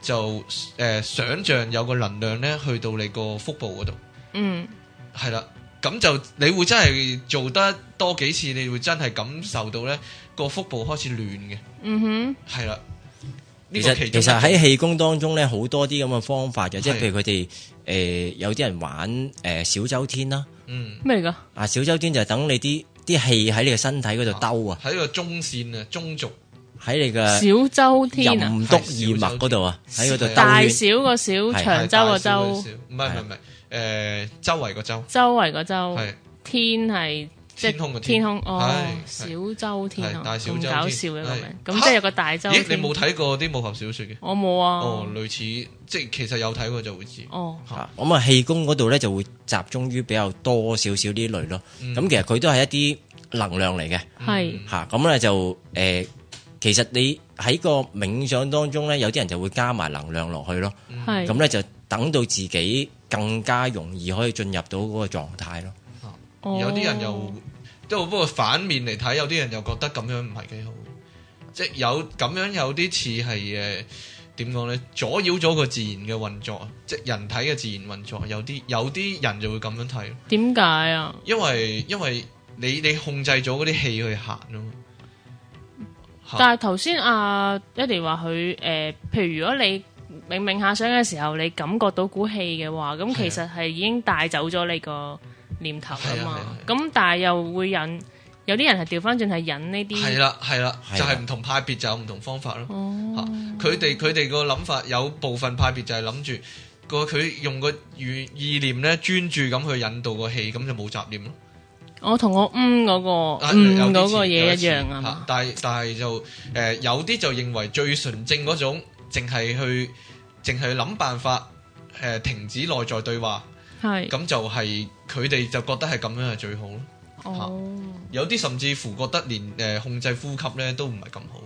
[SPEAKER 1] 就誒、呃想像有個能量咧去到你個腹部嗰度，
[SPEAKER 2] 嗯
[SPEAKER 1] 係啦。咁就你會真係做得多幾次，你會真係感受到咧個腹部開始暖嘅，
[SPEAKER 2] 嗯哼，
[SPEAKER 1] 係啦。呢
[SPEAKER 3] 其
[SPEAKER 1] 個
[SPEAKER 3] 實
[SPEAKER 1] 其中一
[SPEAKER 3] 其實
[SPEAKER 1] 種
[SPEAKER 3] 喺氣功當中咧，好多啲咁嘅方法嘅，即係
[SPEAKER 1] 係
[SPEAKER 3] 譬如佢哋诶有啲人玩诶小周天啦，
[SPEAKER 1] 嗯，
[SPEAKER 2] 咩嚟噶？
[SPEAKER 3] 啊，小周天就係等你啲啲氣喺你嘅身體嗰度兜啊，
[SPEAKER 1] 喺個中線啊，中軸
[SPEAKER 3] 喺你嘅
[SPEAKER 2] 小周天啊，
[SPEAKER 3] 任督二脈嗰度啊，喺嗰度兜
[SPEAKER 2] 大
[SPEAKER 3] 圈。
[SPEAKER 2] 小個小，
[SPEAKER 3] 係
[SPEAKER 2] 長洲
[SPEAKER 1] 大少
[SPEAKER 2] 個洲
[SPEAKER 1] 少，唔係唔係唔係，誒周圍個周
[SPEAKER 2] 周圍個洲，
[SPEAKER 1] 係
[SPEAKER 2] 天係即係
[SPEAKER 1] 天空個
[SPEAKER 2] 天空哦，小
[SPEAKER 1] 係
[SPEAKER 2] 洲天
[SPEAKER 1] 係
[SPEAKER 2] 空
[SPEAKER 1] 大小
[SPEAKER 2] 咁
[SPEAKER 1] 洲
[SPEAKER 2] 搞
[SPEAKER 1] 天
[SPEAKER 2] 笑嘅個
[SPEAKER 1] 係
[SPEAKER 2] 名，咁
[SPEAKER 1] 嚇
[SPEAKER 2] 即係有個大洲
[SPEAKER 1] 咦？你
[SPEAKER 2] 天。
[SPEAKER 1] 冇睇過啲武俠小說嘅？
[SPEAKER 2] 我冇啊。
[SPEAKER 1] 哦，類似即係其實有睇過就會知。
[SPEAKER 2] 哦，
[SPEAKER 3] 啊咁啊，氣功嗰度咧就會集中於比較多少少呢類咯。
[SPEAKER 2] 嗯
[SPEAKER 1] 嗯
[SPEAKER 3] 咁、其實佢都係一啲能量嚟嘅
[SPEAKER 2] 係
[SPEAKER 3] 嚇。咁、咧就誒、呃其實你喺個冥想當中咧，有啲人就會加埋能量落去咯。
[SPEAKER 1] 嗯
[SPEAKER 2] 係
[SPEAKER 3] 咁咧就等到自己更加容易可以進入到嗰個狀態咯。
[SPEAKER 1] 嗯有啲人
[SPEAKER 2] 哦
[SPEAKER 1] 又都不過反面嚟睇，有啲人又覺得咁樣唔係幾好，即係有咁樣有啲似係誒點講呢？阻擾咗個自然嘅運作，即係人體嘅自然運作。有啲有啲人就會咁樣睇，
[SPEAKER 2] 點解啊？
[SPEAKER 1] 因為因為你你控制咗嗰啲氣去行咯。嚇
[SPEAKER 2] 但係頭先阿一迪話佢誒，譬如如果你冥冥下想嘅時候，你感覺到股氣嘅話，咁其實係已經帶走咗你個念頭啊
[SPEAKER 1] 啊係啊
[SPEAKER 2] 嘛。
[SPEAKER 1] 係
[SPEAKER 2] 咁但係又會引有啲人係調翻轉係引呢
[SPEAKER 1] 係啊啦係
[SPEAKER 2] 啲，
[SPEAKER 1] 啦，
[SPEAKER 3] 係啦
[SPEAKER 1] 就係唔同派別就有唔同方法咯。嚇
[SPEAKER 2] 哦，
[SPEAKER 1] 佢哋佢哋個諗法有部分派別就係諗住個佢用個意意念咧專注咁去引導個氣，咁就冇雜念咯。
[SPEAKER 2] 我同我嗯嗰個
[SPEAKER 1] 啊
[SPEAKER 2] 嗯
[SPEAKER 1] 有啲
[SPEAKER 2] 嗰
[SPEAKER 1] 似
[SPEAKER 2] 個
[SPEAKER 1] 有
[SPEAKER 2] 嘢
[SPEAKER 1] 啲
[SPEAKER 2] 一
[SPEAKER 1] 似
[SPEAKER 2] 樣啊
[SPEAKER 1] 嚇
[SPEAKER 2] 嘛。
[SPEAKER 1] 但係但係就誒、呃有啲就認為最純正嗰種，淨係去淨係諗辦法誒、呃停止內在對話，
[SPEAKER 2] 係
[SPEAKER 1] 咁就係佢哋就覺得係咁樣係最好咯。
[SPEAKER 2] 哦，
[SPEAKER 1] 有啲甚至乎覺得連誒、呃控制呼吸咧都唔係咁好，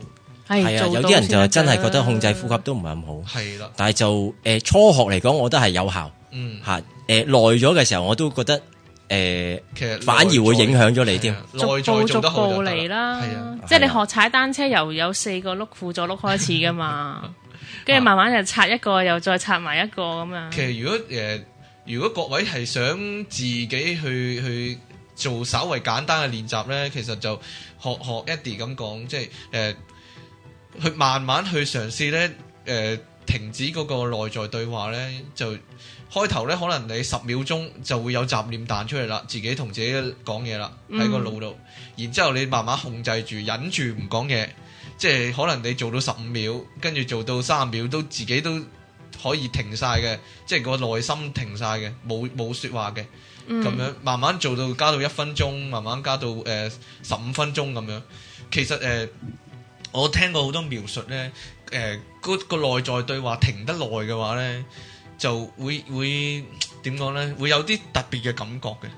[SPEAKER 2] 係
[SPEAKER 3] 係啊，
[SPEAKER 2] 做
[SPEAKER 3] 有
[SPEAKER 2] 到
[SPEAKER 3] 啲人就
[SPEAKER 2] 先
[SPEAKER 3] 真係覺得
[SPEAKER 2] 㗎
[SPEAKER 3] 控制呼吸都唔係咁好。
[SPEAKER 1] 係啦，
[SPEAKER 3] 但係就誒、呃初學嚟講，我覺得係有效
[SPEAKER 1] 嗯，
[SPEAKER 3] 嚇。誒耐咗嘅時候，我都覺得誒、呃
[SPEAKER 1] 其實
[SPEAKER 3] 反而會影響咗你添
[SPEAKER 1] 係。啊
[SPEAKER 2] 逐
[SPEAKER 1] 內在
[SPEAKER 2] 步
[SPEAKER 1] 做
[SPEAKER 2] 逐
[SPEAKER 1] 得好
[SPEAKER 2] 步
[SPEAKER 1] 就
[SPEAKER 2] 嚟
[SPEAKER 1] 得係
[SPEAKER 2] 啦
[SPEAKER 1] 啊。，
[SPEAKER 2] 即係你
[SPEAKER 3] 係啊
[SPEAKER 2] 學踩單車由有四個轆輔助轆開始 噶嘛，跟住慢慢又拆一個，又再拆埋一個咁啊
[SPEAKER 1] 其。實如果誒、呃如果各位係想自己去去做稍為簡單嘅練習呢，其實就學學 Eddie 咁講，即係誒、呃去慢慢去嘗試呢，誒、停止嗰個內在對話呢，就開頭呢，可能你十秒鐘就會有雜念彈出嚟啦，自己同自己講嘢啦，喺個腦度，然之後你慢慢控制住，忍住唔講嘢。即係可能你做到十五秒，跟住做到三秒都自己都可以停晒嘅，即係個內心停晒嘅，冇冇説話嘅，咁、樣慢慢做到加到一分鐘，慢慢加到誒十五分鐘咁樣。其實誒、呃我聽過好多描述咧，誒、呃、嗰個內在對話停得耐嘅話咧，就會會點講咧，會有啲特別嘅感覺嘅。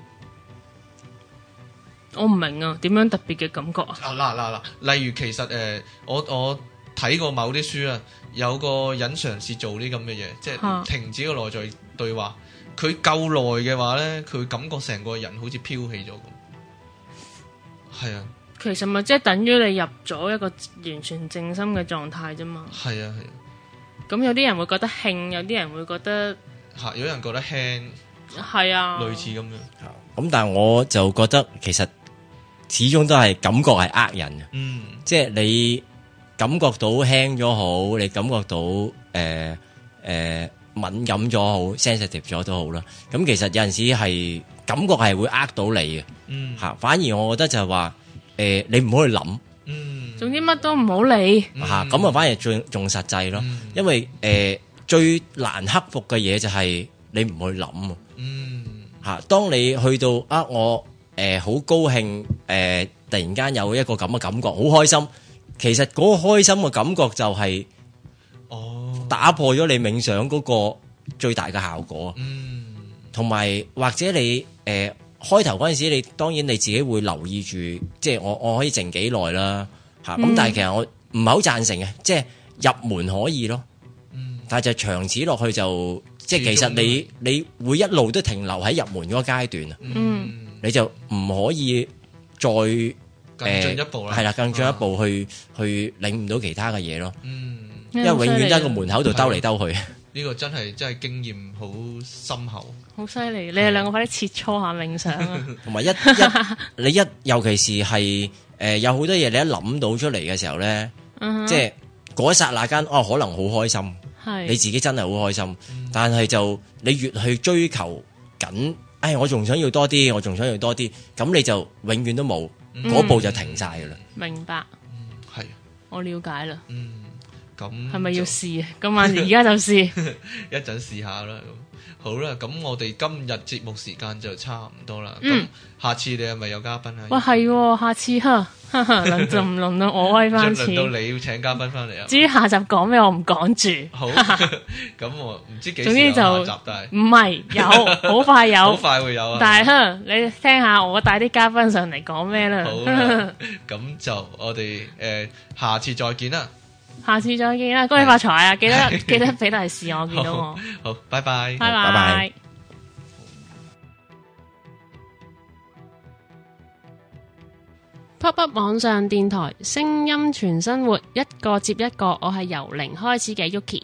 [SPEAKER 2] 我唔明啊，點樣特別嘅感覺啊？
[SPEAKER 1] 啊嗱嗱嗱，例如其實誒、呃我我睇過某啲書啊，有個人嘗試做啲咁嘅嘢，即
[SPEAKER 2] 嚇
[SPEAKER 1] 係停止個內在對話。佢夠耐嘅話咧，佢感覺成個人好似飄起咗咁。係啊，
[SPEAKER 2] 其實咪即係等於你入咗一個完全靜心嘅狀態啫嘛。
[SPEAKER 1] 係啊，係啊，
[SPEAKER 2] 咁有啲人會覺得興，有啲人會覺得
[SPEAKER 1] 嚇、有人覺得輕，
[SPEAKER 2] 係啊，
[SPEAKER 1] 類似咁樣。
[SPEAKER 3] 咁但係我就覺得其實始終都係感覺係呃人嘅，
[SPEAKER 1] 嗯，
[SPEAKER 3] 即係你感覺到輕咗好，你感覺到誒誒、呃呃敏感咗好，sensitive 咗都好啦。咁其實有陣時係感覺係會呃到你嘅
[SPEAKER 1] 嗯，
[SPEAKER 3] 嚇，反而我覺得就係話誒你唔好去諗
[SPEAKER 1] 嗯，
[SPEAKER 2] 總之乜都唔好理。
[SPEAKER 3] 嚇，咁啊反而仲仲實際咯，
[SPEAKER 1] 嗯
[SPEAKER 3] 因為誒、呃最難克服嘅嘢就係你唔去諗啊。
[SPEAKER 1] 嗯，
[SPEAKER 3] 吓，當你去到啊，我誒好、高興誒、呃突然間有一個咁嘅感覺，好開心。其實嗰個開心嘅感覺就係
[SPEAKER 1] 哦，
[SPEAKER 3] 打破咗你冥想嗰個最大嘅效果，啊
[SPEAKER 1] 嗯，
[SPEAKER 3] 同埋或者你誒、呃、開頭嗰陣時，你當然你自己會留意住，即係我我可以靜幾耐啦嚇。咁、但係其實我唔係好贊成嘅，即係入門可以咯，
[SPEAKER 1] 嗯，
[SPEAKER 3] 但係就長此落去就即係其實
[SPEAKER 1] 始終
[SPEAKER 3] 你你會一路都停留喺入門嗰個階段啊。
[SPEAKER 1] 嗯，
[SPEAKER 3] 你就唔可以再
[SPEAKER 1] 更進一步啦。啊
[SPEAKER 3] 係啦，更進一步去、去領悟到其他嘅嘢咯。
[SPEAKER 1] 嗯。
[SPEAKER 3] 因
[SPEAKER 2] 哎
[SPEAKER 3] 為永
[SPEAKER 2] 啊
[SPEAKER 3] 遠都喺個門口度兜
[SPEAKER 1] 係
[SPEAKER 3] 嚟兜 去。
[SPEAKER 1] 呢個真係真係經驗好深厚。
[SPEAKER 2] 好
[SPEAKER 1] 啊
[SPEAKER 2] 犀利，你哋兩個快啲切磋下冥 想啊！
[SPEAKER 3] 同埋一一你一，尤其是係誒、呃有好多嘢你一諗到出嚟嘅時候咧，
[SPEAKER 2] 嗯哼
[SPEAKER 3] 即係嗰一剎那間，哦，可能好開心，你
[SPEAKER 2] 係
[SPEAKER 1] 嗯
[SPEAKER 3] 自己真係好開心，但係就你越去追求緊唉，我仲想要多啲，我仲想要多啲，咁你就永遠都冇，嗯
[SPEAKER 1] 嗯
[SPEAKER 3] 嗰步就停晒噶啦。
[SPEAKER 2] 明白，
[SPEAKER 1] 係，
[SPEAKER 2] 我了解啦。
[SPEAKER 1] 嗯，咁
[SPEAKER 2] 係咪要
[SPEAKER 1] 就
[SPEAKER 2] 試啊？今晚而家就試。
[SPEAKER 1] 一陣試下啦。咁好啦，咁我哋今日節目時間就差唔多啦。咁、
[SPEAKER 2] 嗯
[SPEAKER 1] 下次你係咪有嘉賓啊？
[SPEAKER 2] 哇，係喎，下次哈，哈哈 輪就唔輪到我威翻
[SPEAKER 1] 即
[SPEAKER 2] 次
[SPEAKER 1] 係。輪到你要請嘉賓翻 嚟啊！
[SPEAKER 2] 至於下集講咩，我唔講住。
[SPEAKER 1] 好，咁我唔知幾
[SPEAKER 2] 總
[SPEAKER 1] 時
[SPEAKER 2] 之
[SPEAKER 1] 有下
[SPEAKER 2] 就
[SPEAKER 1] 集，但係
[SPEAKER 2] 唔係 有，好快
[SPEAKER 1] 好
[SPEAKER 2] 有。
[SPEAKER 1] 快會有啊。
[SPEAKER 2] 但係哼，你聽下我帶啲嘉賓上嚟講咩啦。
[SPEAKER 1] 好啊啦，咁就我哋誒下次再見啦。
[SPEAKER 2] 下次再見啦，恭喜發財啊！記得記得俾大士我見到我
[SPEAKER 1] 好。，好，拜拜。
[SPEAKER 2] 拜
[SPEAKER 3] 拜
[SPEAKER 2] 拜
[SPEAKER 3] 拜。
[SPEAKER 2] Pop Up 網上電台，聲音全生活，一個接一個。我係由零開始嘅 Yuki。